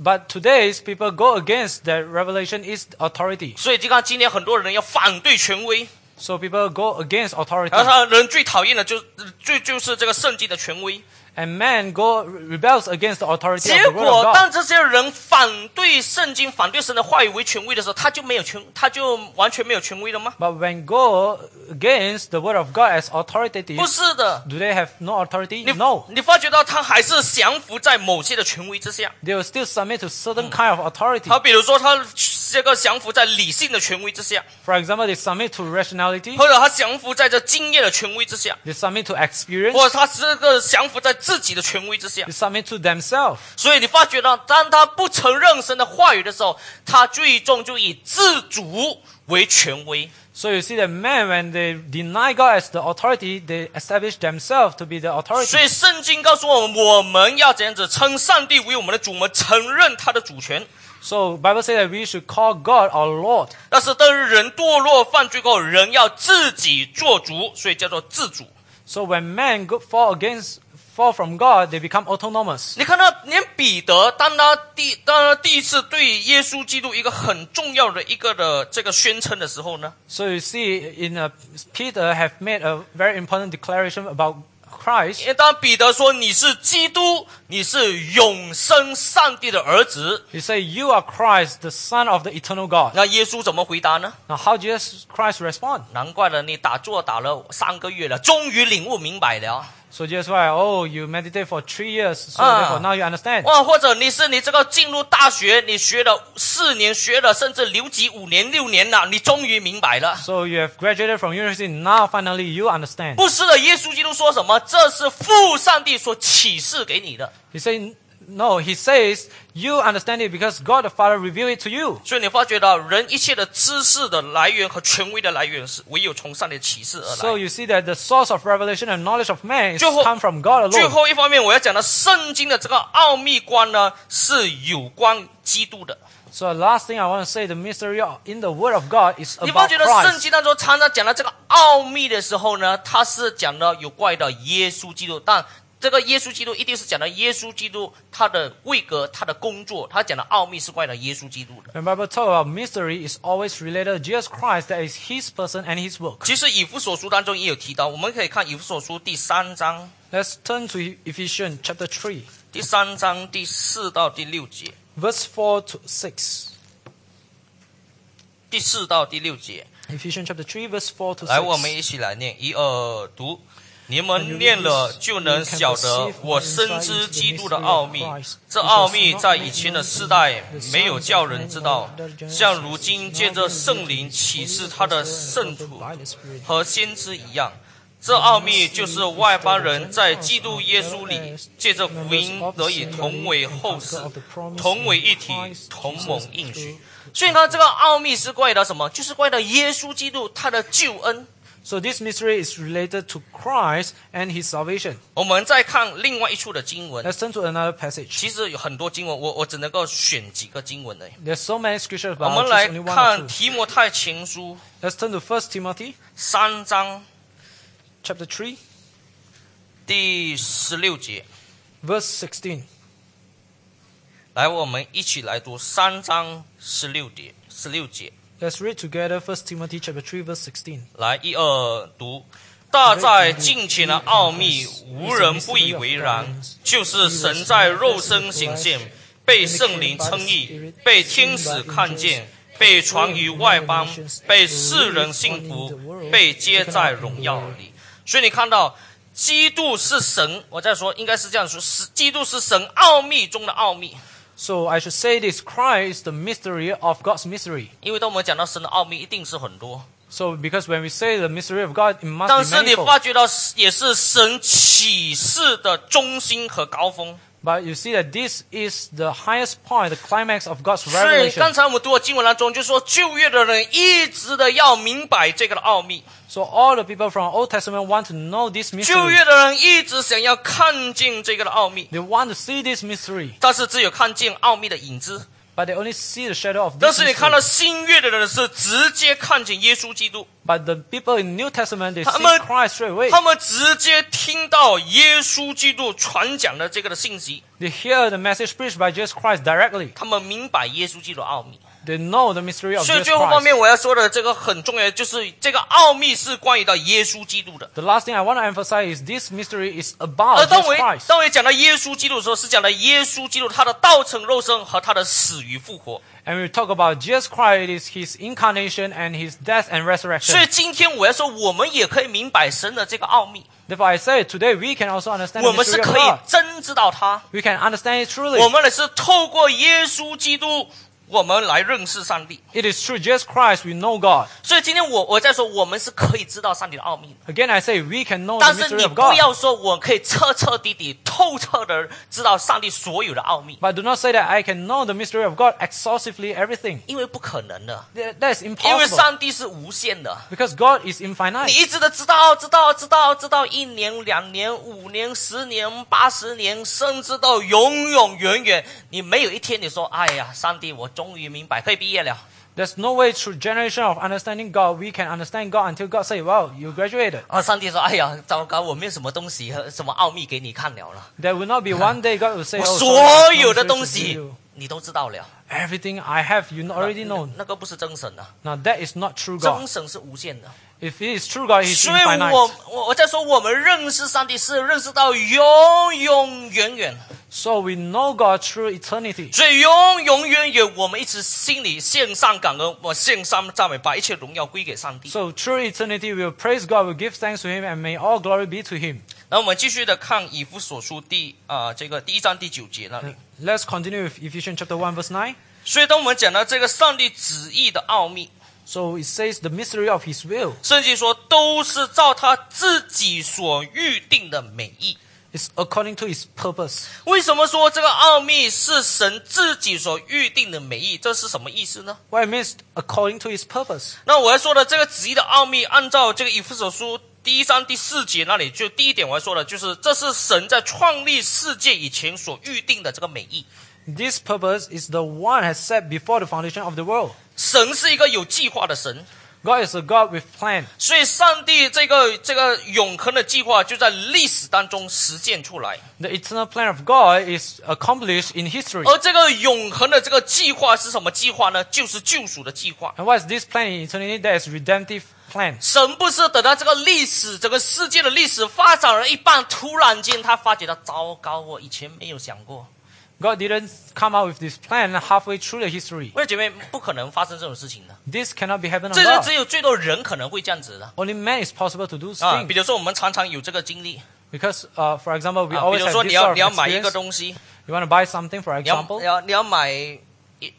Speaker 2: But today's people go against that revelation is authority.
Speaker 1: 所以就看今天很多人要反对权威。
Speaker 2: So people go against authority.
Speaker 1: 然后，他人最讨厌的就最就是这个圣经的权威。
Speaker 2: And man go rebels against the authority
Speaker 1: 结
Speaker 2: of the word of
Speaker 1: 果，
Speaker 2: God.
Speaker 1: 当这些人反对圣经、反对神的话语为权威的时候，他就没有权，他就完全没有权威了吗？
Speaker 2: But when go against the word of God as authoritative,
Speaker 1: 不是的。
Speaker 2: do they have no authority?
Speaker 1: 你
Speaker 2: No.
Speaker 1: 你发觉到他还是降服在某些的权威之下。
Speaker 2: They will still submit to certain kind of authority.
Speaker 1: 他比如说，他这个降服在理性的权威之下，
Speaker 2: For example, they submit to rationality,
Speaker 1: 或者他降服在这经验的权威之下，
Speaker 2: they submit to experience,
Speaker 1: 或者他这个降服在自己的权威之下
Speaker 2: they。submit to themselves.
Speaker 1: 所以你发觉到，当他不承认神的话语的时候，他最终就以自主为权威。
Speaker 2: So you see that men, when they deny God as the authority, they establish themselves to be the
Speaker 1: 所
Speaker 2: authority.
Speaker 1: 以圣经告诉我们，我们要怎样子称上帝为我们的主，我们承认他的主权。
Speaker 2: So Bible says that we should call God our Lord.
Speaker 1: 但是当人堕落犯罪后，人要自己做主，所以叫做自主。
Speaker 2: So when men go, fall against, fall from God, they become autonomous.
Speaker 1: 你看到，连彼得当他第当他第一次对耶稣基督一个很重要的一个的这个宣称的时候呢，
Speaker 2: So you see, in uh Peter have made a very important declaration about Christ.
Speaker 1: 因为当彼得说你是基督，你是永生上帝的儿子，
Speaker 2: He said, "You are Christ, the Son of the Eternal God."
Speaker 1: 那耶稣怎么回答呢？
Speaker 2: Now, how did Jesus Christ respond?
Speaker 1: 难怪了，你打坐打了三个月了，终于领悟明白了。
Speaker 2: So just why, oh, you meditate for three years, so
Speaker 1: Ah.
Speaker 2: therefore now you understand.
Speaker 1: 哇，或者你是你这个进入大学，你学了四年，学了甚至留级五年、六年了，你终于明白了。
Speaker 2: So you have graduated from university, now finally you understand.
Speaker 1: 不是的，耶稣基督说什么？这是父上帝所启示给你的。
Speaker 2: He said, no, he says, you understand it because God the Father revealed it to you.
Speaker 1: 所以你发觉到，人一切的知识的来源和权威的来源是唯有从上帝启示而
Speaker 2: So
Speaker 1: 来。
Speaker 2: you see that the source of revelation and knowledge of man is
Speaker 1: 最后
Speaker 2: come from God
Speaker 1: 最
Speaker 2: alone.
Speaker 1: 后一方面，我要讲的圣经的这个奥秘观呢，是有关基督的。
Speaker 2: So the last thing I want to say, the mystery of- in the Word of God is
Speaker 1: 你发
Speaker 2: about
Speaker 1: 觉到圣
Speaker 2: Christ.
Speaker 1: 经当中常常讲到这个奥秘的时候呢，它是讲的有关于到耶稣基督，但这个耶稣基督一定是讲到耶稣基督他的位格、他的工作，他讲的奥秘是关于到耶稣基督的。
Speaker 2: When Bible talk about mystery, it's always related to Jesus Christ, that is His person and His work.
Speaker 1: 其实以弗所书当中也有提到，我们可以看以弗所书第三章，
Speaker 2: Let's turn to Ephesians chapter 3,
Speaker 1: 第三章第四到第六节，
Speaker 2: verse 4 to 6.
Speaker 1: 第四到第六节，
Speaker 2: Ephesians chapter 3, verse 4 to
Speaker 1: 来，我们
Speaker 2: 6.
Speaker 1: 一起来念，一二读。你们念了就能晓得，我深知基督的奥秘。这奥秘在以前的世代没有叫人知道，像如今借着圣灵启示他的圣徒和先知一样。这奥秘就是外邦人在基督耶稣里借着福音得以同为后世，同为一体，同盟应许。所以呢，这个奥秘是关于到什么？就是关于到耶稣基督他的救恩。
Speaker 2: So this mystery is related to Christ and His salvation.
Speaker 1: 我们再看另外一处的经文，
Speaker 2: Let's turn to another passage.
Speaker 1: 其实有很多经文，我我只能够选几个经文而已。
Speaker 2: There's so many scriptures,
Speaker 1: 我
Speaker 2: but
Speaker 1: 们
Speaker 2: I'll
Speaker 1: 来
Speaker 2: choose only one
Speaker 1: 看
Speaker 2: or two.
Speaker 1: 提摩太前书
Speaker 2: Let's turn to 1 Timothy
Speaker 1: 三章
Speaker 2: chapter 3,
Speaker 1: 第十六节，
Speaker 2: verse 16.
Speaker 1: 来，我们一起来读三章十六节，十六节，
Speaker 2: Let's read together 1 Timothy chapter 3, verse 16.
Speaker 1: 来一二读。大在近前的奥秘，无人不以为然，就是神在肉身显现，被圣灵称义，被天使看见，被传于外邦，被世人信服，被接在荣耀里。所以你看到，基督是神，我在说应该是这样说，是基督是神奥秘中的奥秘。
Speaker 2: So I should say this Christ is the mystery of God's mystery.
Speaker 1: 因为当我们讲到神的奥秘，一定是很多，
Speaker 2: So because when we say the mystery of God, it
Speaker 1: 但
Speaker 2: must be
Speaker 1: 是你发
Speaker 2: manifold.
Speaker 1: 觉到也是神启示的中心和高峰。
Speaker 2: But you see that this is the highest point, the climax of God's
Speaker 1: 所以
Speaker 2: revelation.
Speaker 1: 刚才我们读的经文当中，就说旧约的人一直的要明白这个的奥秘，
Speaker 2: So all the people from Old Testament want to know this
Speaker 1: 旧
Speaker 2: mystery.
Speaker 1: 约的人一直想要看见这个的奥秘，
Speaker 2: They want to see this mystery,
Speaker 1: 但是只有看见奥秘的影子。
Speaker 2: but they only see the shadow of
Speaker 1: 但
Speaker 2: this
Speaker 1: 是你看
Speaker 2: mystery.
Speaker 1: 到新约的人是直接看见耶稣基督，
Speaker 2: But the people in New Testament, they
Speaker 1: 他们-
Speaker 2: see Christ straight away.
Speaker 1: 他们直接听到耶稣基督传讲的这个的信息，
Speaker 2: They hear the message preached by Jesus Christ directly.
Speaker 1: 他们明白耶稣基督的奥秘。
Speaker 2: They know the mystery of
Speaker 1: 所以
Speaker 2: Jesus
Speaker 1: 最后方
Speaker 2: Christ.
Speaker 1: 面我要说的这个很重要，就是这个奥秘是关于到耶稣基督的。
Speaker 2: The last thing I want to emphasize is this mystery is
Speaker 1: 而
Speaker 2: about
Speaker 1: 当
Speaker 2: Jesus
Speaker 1: 我
Speaker 2: Christ.
Speaker 1: 当我讲到耶稣基督的时候，是讲到耶稣基督他的道成肉身和他的死与复活。
Speaker 2: And we talk about Jesus Christ, it is his incarnation and his death and
Speaker 1: 所
Speaker 2: resurrection.
Speaker 1: 以今天我要说，我们也可以明白神的这个奥秘，
Speaker 2: Therefore, I say today we can also understand
Speaker 1: 我
Speaker 2: the
Speaker 1: 们是
Speaker 2: mystery of
Speaker 1: 可以
Speaker 2: God.
Speaker 1: 真知道他，
Speaker 2: We can understand it
Speaker 1: 我
Speaker 2: truly.
Speaker 1: 们也是透过耶稣基督，我们来认识上帝。
Speaker 2: It is through Jesus Christ we know God.
Speaker 1: 所以今天我我在说，我们是可以知道上帝的奥秘的。
Speaker 2: Again, I say we can know the
Speaker 1: 但是
Speaker 2: mystery
Speaker 1: 哦你
Speaker 2: of
Speaker 1: 不
Speaker 2: God.
Speaker 1: 要说我可以彻彻底底、透彻的知道上帝所有的奥秘，
Speaker 2: But do not say that I can know the mystery of God exhaustively everything.
Speaker 1: 因为不可能的，
Speaker 2: That that is
Speaker 1: 因为
Speaker 2: impossible.
Speaker 1: 上帝是无限的。
Speaker 2: Because God is
Speaker 1: 你
Speaker 2: infinite.
Speaker 1: 一直的知道，知道，知道，知道，一年、两年、五年、十年、八十年，甚至到永永远远，你没有一天你说：“哎呀，上帝，我终于明白，可以毕业了。
Speaker 2: There's no way through generation of understanding God we can understand God until God say, "Well, you graduated." ”
Speaker 1: 啊，上帝说：“哎呀，糟糕，我没有什么东西和什么奥秘给你看了了，
Speaker 2: There will not be one day God will say,
Speaker 1: 我
Speaker 2: "Oh, sorry,
Speaker 1: 所
Speaker 2: there's no
Speaker 1: 有的
Speaker 2: mystery
Speaker 1: 东
Speaker 2: to
Speaker 1: 西
Speaker 2: you."
Speaker 1: 你都知道了。
Speaker 2: everything I have, you already
Speaker 1: 那
Speaker 2: know.
Speaker 1: 那个不是真神啊，
Speaker 2: Now that is not true
Speaker 1: 真
Speaker 2: God.
Speaker 1: 神是无限的。
Speaker 2: If it is true God, He's
Speaker 1: 所以我
Speaker 2: infinite.
Speaker 1: 我我在说，我们认识上帝是认识到永永远远，
Speaker 2: So we know God through eternity.
Speaker 1: 所以永永远远，我们一直心里献上感恩，我献上赞美，把一切荣耀归给上帝。
Speaker 2: So through eternity, we will praise God, we will give thanks to Him, and may all glory be to Him.
Speaker 1: 然后我们继续的看以弗所书第啊、这个第一章第九节那
Speaker 2: 嗯
Speaker 1: 里。
Speaker 2: Let's continue with Ephesians chapter 1, verse 9.
Speaker 1: 所以当我们讲到这个上帝旨意的奥秘，
Speaker 2: So it says, the mystery of His will.
Speaker 1: 圣经说都是照他自己所预定的美意。
Speaker 2: It's according to His purpose.
Speaker 1: 为什么说这个奥秘是神自己所预定的美意？这是什么意思呢？
Speaker 2: What it means, according to His purpose.
Speaker 1: 那我要说的这个旨意的奥秘，按照这个以弗所书第一章第四节那里，就第一点我要说的就是，这是神在创立世界以前所预定的这个美意。
Speaker 2: This purpose is the one has set before the foundation of the world.
Speaker 1: 神是一个有计划的神，
Speaker 2: God is a God with plan.
Speaker 1: 所以上帝这个这个永恒的计划就在历史当中实践出来，
Speaker 2: The eternal plan of God is accomplished in history.
Speaker 1: 而这个永恒的这个计划是什么计划呢？就是救赎的计划。
Speaker 2: And what is this plan in eternity? That is redemptive plan.
Speaker 1: 神不是等到这个历史，整个世界的历史发展了一半，突然间他发觉到，糟糕，我以前没有想过。
Speaker 2: God didn't come out with this plan halfway through the history.
Speaker 1: 我姐妹不可能发生这种事情的，
Speaker 2: This cannot be happened on
Speaker 1: 这是
Speaker 2: God.
Speaker 1: 只有最多人可能会这样子的
Speaker 2: Only man is possible to do this
Speaker 1: 啊。比
Speaker 2: thing.
Speaker 1: 如说，我们常常有这个经历
Speaker 2: Because, uh, for example, we
Speaker 1: 啊，比
Speaker 2: always
Speaker 1: 如
Speaker 2: have
Speaker 1: 说你
Speaker 2: this
Speaker 1: 要
Speaker 2: sort
Speaker 1: 你要
Speaker 2: of
Speaker 1: 买一个
Speaker 2: experience.
Speaker 1: 东西，
Speaker 2: You want to buy something, for
Speaker 1: 你要你
Speaker 2: example.
Speaker 1: 要你要买一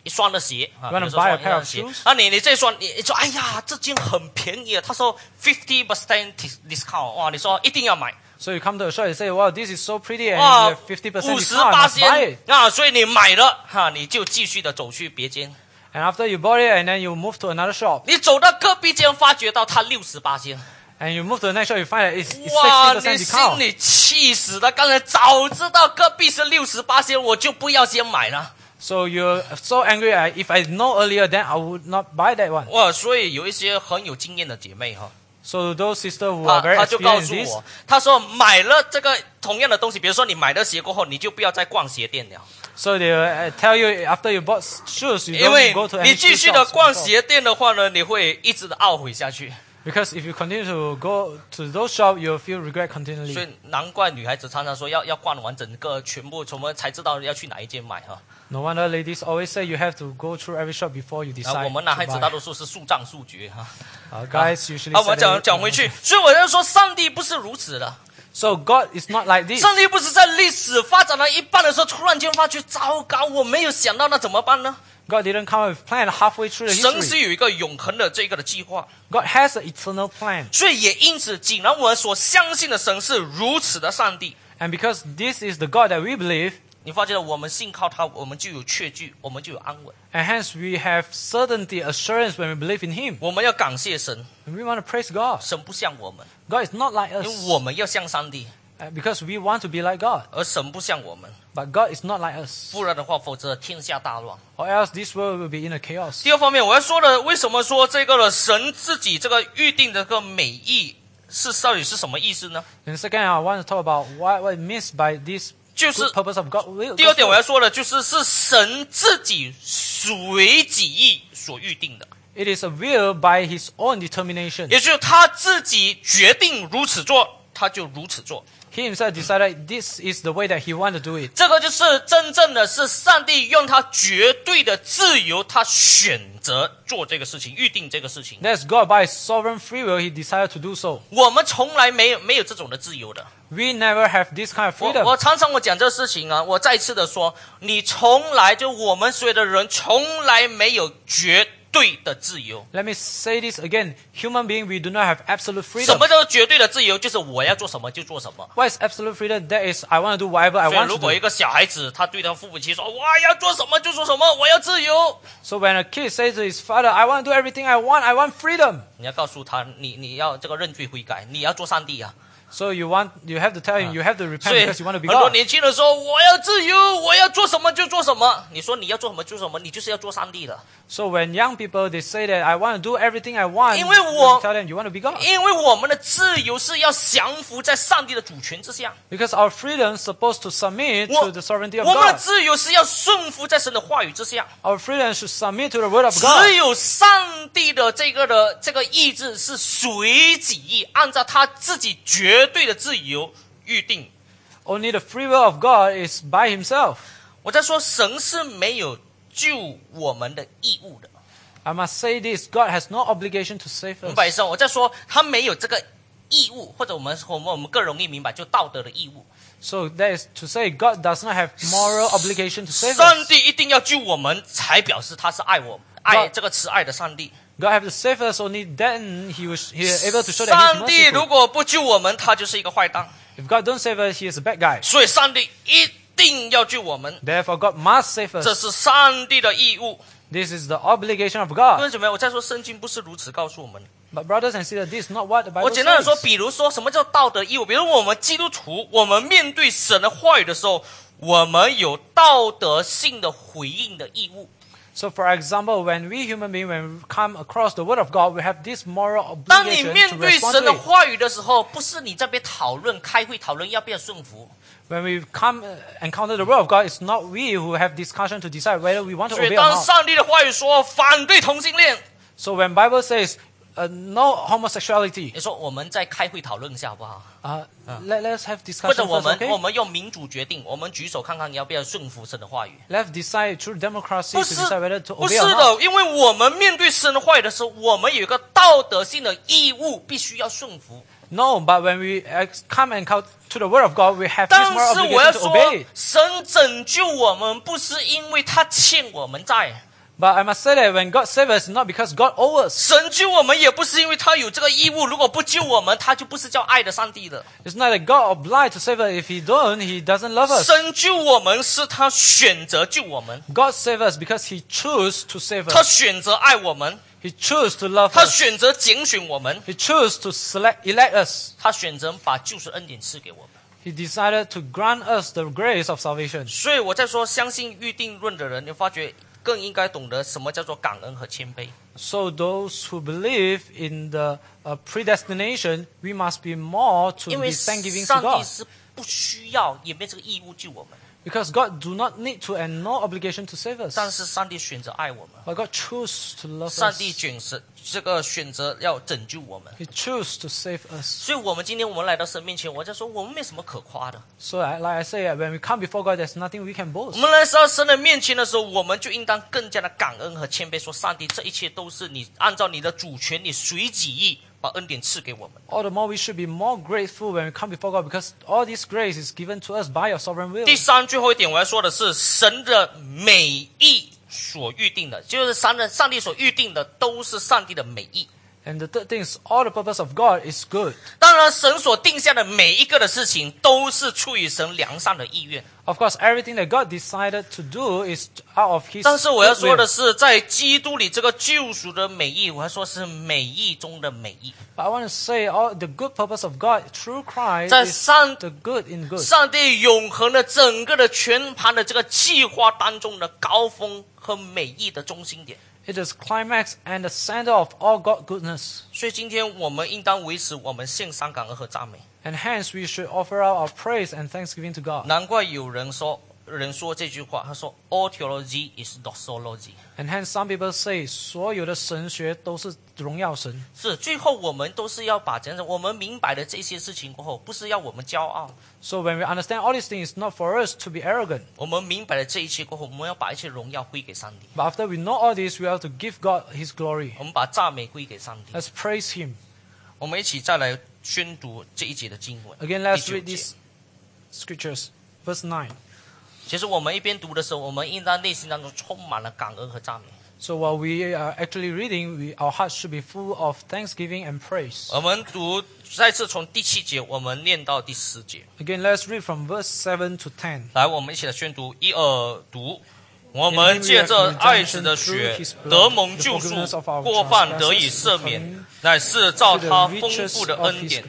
Speaker 1: 一双的鞋啊，比
Speaker 2: You wanna
Speaker 1: 如说
Speaker 2: buy a
Speaker 1: 一双的
Speaker 2: pair of
Speaker 1: 鞋
Speaker 2: shoes？
Speaker 1: 啊，你你这双你你说哎呀，这件很便宜啊，他说 fifty percent discount，哇，你说一定要买
Speaker 2: So you come to a shop, you say, wow, this is so pretty and
Speaker 1: 哇
Speaker 2: you have 50%
Speaker 1: 五十
Speaker 2: discount, I
Speaker 1: 八
Speaker 2: must buy it.
Speaker 1: 仙啊，所以你买了哈、你就继续的走去别间，
Speaker 2: And after you bought it, and then you move to another shop.
Speaker 1: 你走到隔壁间发觉到他六十八仙。
Speaker 2: And you move to the next shop, you find that it's, it's
Speaker 1: 哇！
Speaker 2: 60%
Speaker 1: 你心
Speaker 2: discount.
Speaker 1: 里气死了！刚才早知道隔壁是六十八仙，我就不要先买了。
Speaker 2: So you're so angry. I, if I know earlier, then I would not buy that one.
Speaker 1: 哇！所以有一些很有经验的姐妹哈，
Speaker 2: So those sisters who
Speaker 1: 她
Speaker 2: are very
Speaker 1: 她就告
Speaker 2: experienced
Speaker 1: 诉
Speaker 2: in this,
Speaker 1: 我，她说买了这个同样的东西，比如说你买了鞋过后，你就不要再逛鞋店了，
Speaker 2: so they will, uh, tell you after you bought shoes, you
Speaker 1: 因
Speaker 2: don't
Speaker 1: 为
Speaker 2: go to
Speaker 1: 你
Speaker 2: any
Speaker 1: 继
Speaker 2: shoe
Speaker 1: 续的
Speaker 2: shops
Speaker 1: 逛
Speaker 2: before.
Speaker 1: 鞋店的话呢，你会一直的懊悔下去。
Speaker 2: Because if you continue to go to those shops, you'll feel regret
Speaker 1: 所
Speaker 2: continually.
Speaker 1: 以难怪女孩子常常说要要逛完整个全部，我们才知道要去哪一间买哈。
Speaker 2: No wonder ladies always say you have to go through every shop before you
Speaker 1: 然后我
Speaker 2: decide
Speaker 1: 们男孩
Speaker 2: to
Speaker 1: 子
Speaker 2: buy.
Speaker 1: 大多数是速战速决哈。
Speaker 2: Uh, guys usually
Speaker 1: 好，啊我们
Speaker 2: say
Speaker 1: 讲
Speaker 2: that-
Speaker 1: 讲回去，所以我要说，上帝不是如此的。
Speaker 2: So God is not like this.
Speaker 1: 上帝不是在历史发展到一半的时候，突然间发觉，糟糕，我没有想到，那怎么办呢？
Speaker 2: God didn't come up with plan halfway through the
Speaker 1: 神
Speaker 2: history.
Speaker 1: 是有一个永恒的这个的计划，
Speaker 2: God has an eternal plan.
Speaker 1: 所以也因此，既然我们所相信的神是如此的上帝，
Speaker 2: And because this is the God that we believe,
Speaker 1: 你发觉我们信靠他，我们就有确据，我们就有安稳。
Speaker 2: and hence we have certainty, assurance when we believe in Him.
Speaker 1: 我们要感谢神，
Speaker 2: And we want to praise God.
Speaker 1: 神不像我们，
Speaker 2: God is not like
Speaker 1: 因为
Speaker 2: us
Speaker 1: 我们要像上帝，
Speaker 2: uh, because we want to be like God.
Speaker 1: 而神不像我们，
Speaker 2: But God is not like us,
Speaker 1: 不然的话，否则天下大乱。
Speaker 2: or else this world will be in a chaos.
Speaker 1: 第二方面，我要说的，为什么说这个呢？神自己这个预定的这个美意是到底是什么意思呢？
Speaker 2: And second, I want to talk about what, what it means by this
Speaker 1: 就是
Speaker 2: good purpose of God. will-
Speaker 1: 第二点，我要
Speaker 2: God's will.
Speaker 1: 说的就是是神自己随己意所预定的，
Speaker 2: It is a will by His own determination.
Speaker 1: 也就是他自己决定如此做，他就如此做。
Speaker 2: He Himself decided this is the way that He wanted to do it.
Speaker 1: 这个就是真正的是上帝用他绝对的自由，他选择做这个事情，预定这个事情。
Speaker 2: That's God by His sovereign free will. He decided to do so.
Speaker 1: 我们从来没有没有这种的自由的。
Speaker 2: We never have this kind of
Speaker 1: 我
Speaker 2: freedom.
Speaker 1: 我常常我讲这事情啊，我再次的说，你从来就我们所有的人从来没有绝对的自由。
Speaker 2: Let me say this again. Human being, we do not have absolute
Speaker 1: 什
Speaker 2: freedom.
Speaker 1: 么叫做绝对的自由？就是我要做什么就做什么。
Speaker 2: What is absolute freedom? That is, I want to do whatever I
Speaker 1: 所以，
Speaker 2: want
Speaker 1: 如
Speaker 2: to
Speaker 1: 果一
Speaker 2: do.
Speaker 1: 个小孩子他对他父母亲说：“我要做什么就做什么，我要自由。
Speaker 2: So when a kid says to his father, I want to do everything I want, I want freedom. ” *laughs*
Speaker 1: 你要告诉他，你你要这个认罪悔改，你要做上帝啊！
Speaker 2: So you want you have to tell him you have to
Speaker 1: 所
Speaker 2: repent
Speaker 1: 以
Speaker 2: because you want to
Speaker 1: 很
Speaker 2: be
Speaker 1: 多
Speaker 2: God.
Speaker 1: 年轻人说我要自由，我要做什么就做什么。你说你要做什么就做什么，你就是要做上帝
Speaker 2: *laughs*
Speaker 1: 的，
Speaker 2: So when young people they say that I want to do everything I want,
Speaker 1: 因为
Speaker 2: you have to
Speaker 1: 我-
Speaker 2: tell them you want to be God
Speaker 1: 因为我们的自由是要降服在上帝的主权之下，
Speaker 2: because our freedom is supposed to submit
Speaker 1: 我
Speaker 2: to the sovereignty of
Speaker 1: 我们的
Speaker 2: God.
Speaker 1: 自由是要顺服在神的话语之下。
Speaker 2: Our freedom should submit to the word of
Speaker 1: 只
Speaker 2: God.
Speaker 1: 有上帝的这个的这个意志是随己意，按照他自己绝对的自由预定。
Speaker 2: Only the free will of God is by Himself.
Speaker 1: 我在说，神是没有救我们的义务的，
Speaker 2: I must say this: God has no obligation to save
Speaker 1: 明白意
Speaker 2: us.
Speaker 1: 思吗？我在说，他没有这个义务，或者我们我们我们更容易明白，就道德的义务。
Speaker 2: So that is to say, God does not have moral obligation to save
Speaker 1: 上
Speaker 2: us.
Speaker 1: 帝一定要救我们，才表示他是爱我们，爱这个慈爱的上帝。
Speaker 2: God have to save us only then He was He is able to show that He
Speaker 1: 上
Speaker 2: is
Speaker 1: 帝如
Speaker 2: merciful.
Speaker 1: 果不救我们，他就是一个坏蛋。
Speaker 2: If God don't save us, He is a bad guy.
Speaker 1: 所以，上帝一定要救我们，
Speaker 2: Therefore, God must save
Speaker 1: 这
Speaker 2: us.
Speaker 1: 是上帝的义务。
Speaker 2: This is the obligation of
Speaker 1: 各
Speaker 2: God.
Speaker 1: 位姊妹，我在说圣经不是如此告诉我们。
Speaker 2: But brothers and sisters, this is not what the
Speaker 1: 我
Speaker 2: Bible
Speaker 1: 简单的说，
Speaker 2: says.
Speaker 1: 比如说什么叫道德义务？比如我们基督徒，我们面对神的话语的时候，我们有道德性的回应的义务。
Speaker 2: So, for example, when we human beings when we come across the Word of God, we have this moral
Speaker 1: 当你
Speaker 2: obligation to
Speaker 1: 面对
Speaker 2: respond
Speaker 1: 神的
Speaker 2: to it.
Speaker 1: 话语的时候，不是你这边讨论、开会讨论要不要顺服。
Speaker 2: When we come uh, encounter the Word of God, it's not we who have discussion to decide whether we want to
Speaker 1: 所
Speaker 2: obey
Speaker 1: 以，
Speaker 2: or
Speaker 1: 当
Speaker 2: not.
Speaker 1: 上帝的话语说反对同性恋，
Speaker 2: So, when Bible says uh, no homosexuality,
Speaker 1: 你说我们再开会讨论一下好不好？
Speaker 2: uh, let us have
Speaker 1: 或
Speaker 2: discussion
Speaker 1: 者我
Speaker 2: first,
Speaker 1: 们我
Speaker 2: okay?
Speaker 1: 们用民主决定，我们举手看看你要不要顺服神的话语。
Speaker 2: Let's decide through democracy
Speaker 1: 不
Speaker 2: to
Speaker 1: 是
Speaker 2: decide whether to
Speaker 1: 不
Speaker 2: obey
Speaker 1: 是
Speaker 2: or not.
Speaker 1: 的，因为我们面对神的话语的时候，我们有一个道德性的义务，必须要顺服。
Speaker 2: No, but when we uh, come and come to the Word of God, we have this
Speaker 1: 但
Speaker 2: moral
Speaker 1: 是我要
Speaker 2: obligation to
Speaker 1: 说
Speaker 2: obey it.，
Speaker 1: 神拯救我们不是因为他欠我们债，
Speaker 2: But I must say that when God saves us, not because God owes us.
Speaker 1: 神救我们也不是因为他有这个义务。如果不救我们，他就不是叫爱的上帝的。
Speaker 2: It's not that God obliged to save us. If He don't, He doesn't love us.
Speaker 1: 神救我们是他选择救我们，
Speaker 2: God saved us because He chose to save
Speaker 1: 他
Speaker 2: us.
Speaker 1: 选择爱我们，
Speaker 2: He chose to love
Speaker 1: 他
Speaker 2: us.
Speaker 1: 选择拣选我们，
Speaker 2: He chose to select, elect us.
Speaker 1: 他选择把救赎恩典赐给我们。
Speaker 2: He decided to grant us the grace of salvation.
Speaker 1: 所以我在说，相信预定论的人，你发觉更应该懂得什么叫做感恩和谦卑。
Speaker 2: So those who believe in the uh, predestination, we must be more to
Speaker 1: 因为
Speaker 2: 嗯 be thanksgiving to
Speaker 1: 上帝
Speaker 2: God
Speaker 1: 是不需要，也没这个义务救我们，
Speaker 2: because God do not need to and no obligation to save
Speaker 1: 但
Speaker 2: us.
Speaker 1: 是上帝选择爱我们，
Speaker 2: But God chose to love
Speaker 1: 上帝
Speaker 2: us.
Speaker 1: 选择这个选择要拯救我们。
Speaker 2: He chose to save us.
Speaker 1: 所以，我们今天我们来到神面前，我在说，我们没什么可夸的。
Speaker 2: So, I- like I say, uh, when we come before God, there's nothing we can
Speaker 1: 我
Speaker 2: boast.
Speaker 1: 们来到神的面前的时候，我们就应当更加的感恩和谦卑，说：上帝，这一切都是你按照你的主权，你随己意把恩典赐给我们。
Speaker 2: All the more we should be more grateful when we come before God because all this grace is given to us by your sovereign will.
Speaker 1: 第三，最后一点我要说的是，神的美意所预定的，就是上的上帝所预定的，都是上帝的美意。
Speaker 2: And the third thing is, all the purpose of God is good.
Speaker 1: 当然，神所定下的每一个的事情，都是出于神良善的意愿。
Speaker 2: Of course, everything that God decided to do is out of His
Speaker 1: 但是我要
Speaker 2: good
Speaker 1: 说
Speaker 2: will.
Speaker 1: 的是，在基督里这个救赎的美意，我要说是美意中的美意。
Speaker 2: But I want to say, all the good purpose of God through Christ
Speaker 1: 在
Speaker 2: is
Speaker 1: 上
Speaker 2: the good in good.
Speaker 1: 上帝永恒的整个的全盘的这个计划当中的高峰和美意的中心点。
Speaker 2: It is climax and the center of all God goodness.
Speaker 1: 所以今天我们应当维持我们献上感恩和赞美。
Speaker 2: And hence, we should offer out our praise and thanksgiving to God.
Speaker 1: 难怪有人说，人说这句话，他说 “All theology is doxology”。
Speaker 2: And hence, some people say, 所有的神学都是荣耀神。
Speaker 1: 是，最后我们都是要把这样子，我们明白了这些事情过后，不是要我们骄傲，
Speaker 2: So when we understand all these things, it's not for us to be arrogant.
Speaker 1: 我们明白了这一切过后，我们要把一切荣耀归给上帝，
Speaker 2: But after we know all this, we have to give God His glory.
Speaker 1: 我们把赞美归给上帝。
Speaker 2: Let's praise Him.
Speaker 1: 我们一起再来宣读这一节的经文。
Speaker 2: Again, let's
Speaker 1: 第九
Speaker 2: read
Speaker 1: 节
Speaker 2: these scriptures. Verse 9.
Speaker 1: 其实我们一边读的时候，我们应当内心当中充满了感恩和赞美。
Speaker 2: So while we are actually reading, we, our hearts should be full of thanksgiving and praise.
Speaker 1: 我们读再次从第七节，我们念到第十节。
Speaker 2: Again, let's read from verse 7 to 10.
Speaker 1: 来，我们一起来宣读，一二读。我们借着爱子的血得蒙救赎，过犯得以赦免，乃是照他丰富的恩典。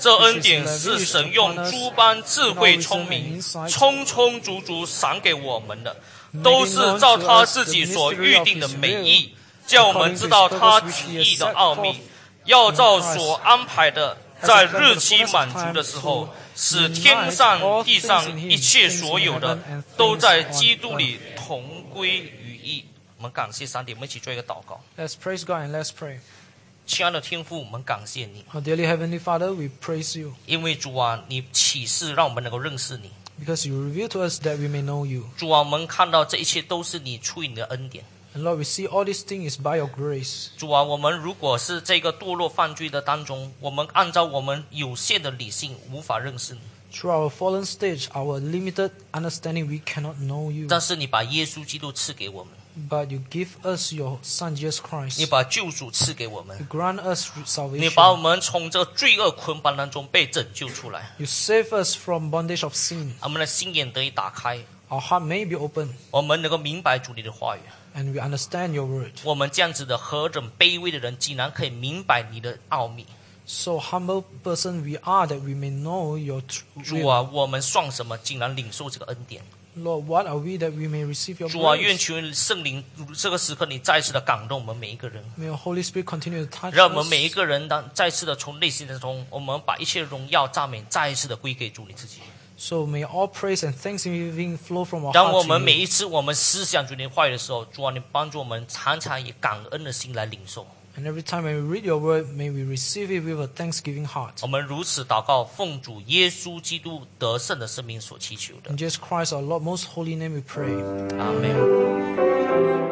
Speaker 1: 这恩典是神用诸般智慧聪明，充充足足赏给我们的，都是照他自己所预定的美意，叫我们知道他旨意的奥秘，要照所安排的，在日期满足的时候。使天上、地上一切所有的，都在基督里同归于一。我们感谢上帝，我们一起做一个祷告。
Speaker 2: Let's praise God and let's pray.
Speaker 1: 亲爱的天父，我们感谢你，
Speaker 2: Our dearly Heavenly Father, we praise you
Speaker 1: 因为主啊，你启示让我们能够认识你。
Speaker 2: because you reveal to us that we may know you.
Speaker 1: 主啊，我们看到这一切都是你出于你的恩典。
Speaker 2: And Lord, we see all these things is by your grace.
Speaker 1: 主啊，我们如果是这个堕落犯罪的当中，我们按照我们有限的理性无法认识你，
Speaker 2: Through our fallen stage, our limited understanding, we cannot know you.
Speaker 1: 但是你把耶稣基督赐给我们，
Speaker 2: But you give us your Son Jesus
Speaker 1: 你
Speaker 2: Christ.
Speaker 1: 把救主赐给我们
Speaker 2: You，grant us
Speaker 1: 你把我
Speaker 2: salvation.
Speaker 1: 们从这罪恶捆绑当中被拯救出来。
Speaker 2: You save us from bondage of sin.
Speaker 1: 我们的心眼得以打开，
Speaker 2: Our heart may be open
Speaker 1: 我们能够明白主你的话语。
Speaker 2: and we understand your word.
Speaker 1: 我们这样子的何等卑微的人，竟然可以明白你的奥秘。
Speaker 2: So humble person we are that we may know your truth.
Speaker 1: 主啊，我们算什么？竟然领受这个恩典。
Speaker 2: Lord, what are we that we may receive your
Speaker 1: 主啊，愿
Speaker 2: grace?
Speaker 1: 求圣灵这个时刻，你再次的感动我们每一个人，
Speaker 2: May your Holy Spirit continue to touch
Speaker 1: 让我们每一
Speaker 2: us.
Speaker 1: 个人当再次的从内心当中，我们把一切荣耀赞美再一次的归给主你自己。
Speaker 2: So may all praise and thanksgiving flow from our
Speaker 1: 当我
Speaker 2: heart
Speaker 1: 们
Speaker 2: to
Speaker 1: 每
Speaker 2: you.
Speaker 1: 一次我们思想主你的话语的时候，主啊，你帮助我们常常以感恩的心来领受。
Speaker 2: And every time when we read your word, may we receive it with a thanksgiving heart.
Speaker 1: 我们如此祷告，奉主耶稣基督得胜的圣名所祈求的
Speaker 2: In。Jesus Christ, our Lord, most holy name we pray.
Speaker 1: 阿门。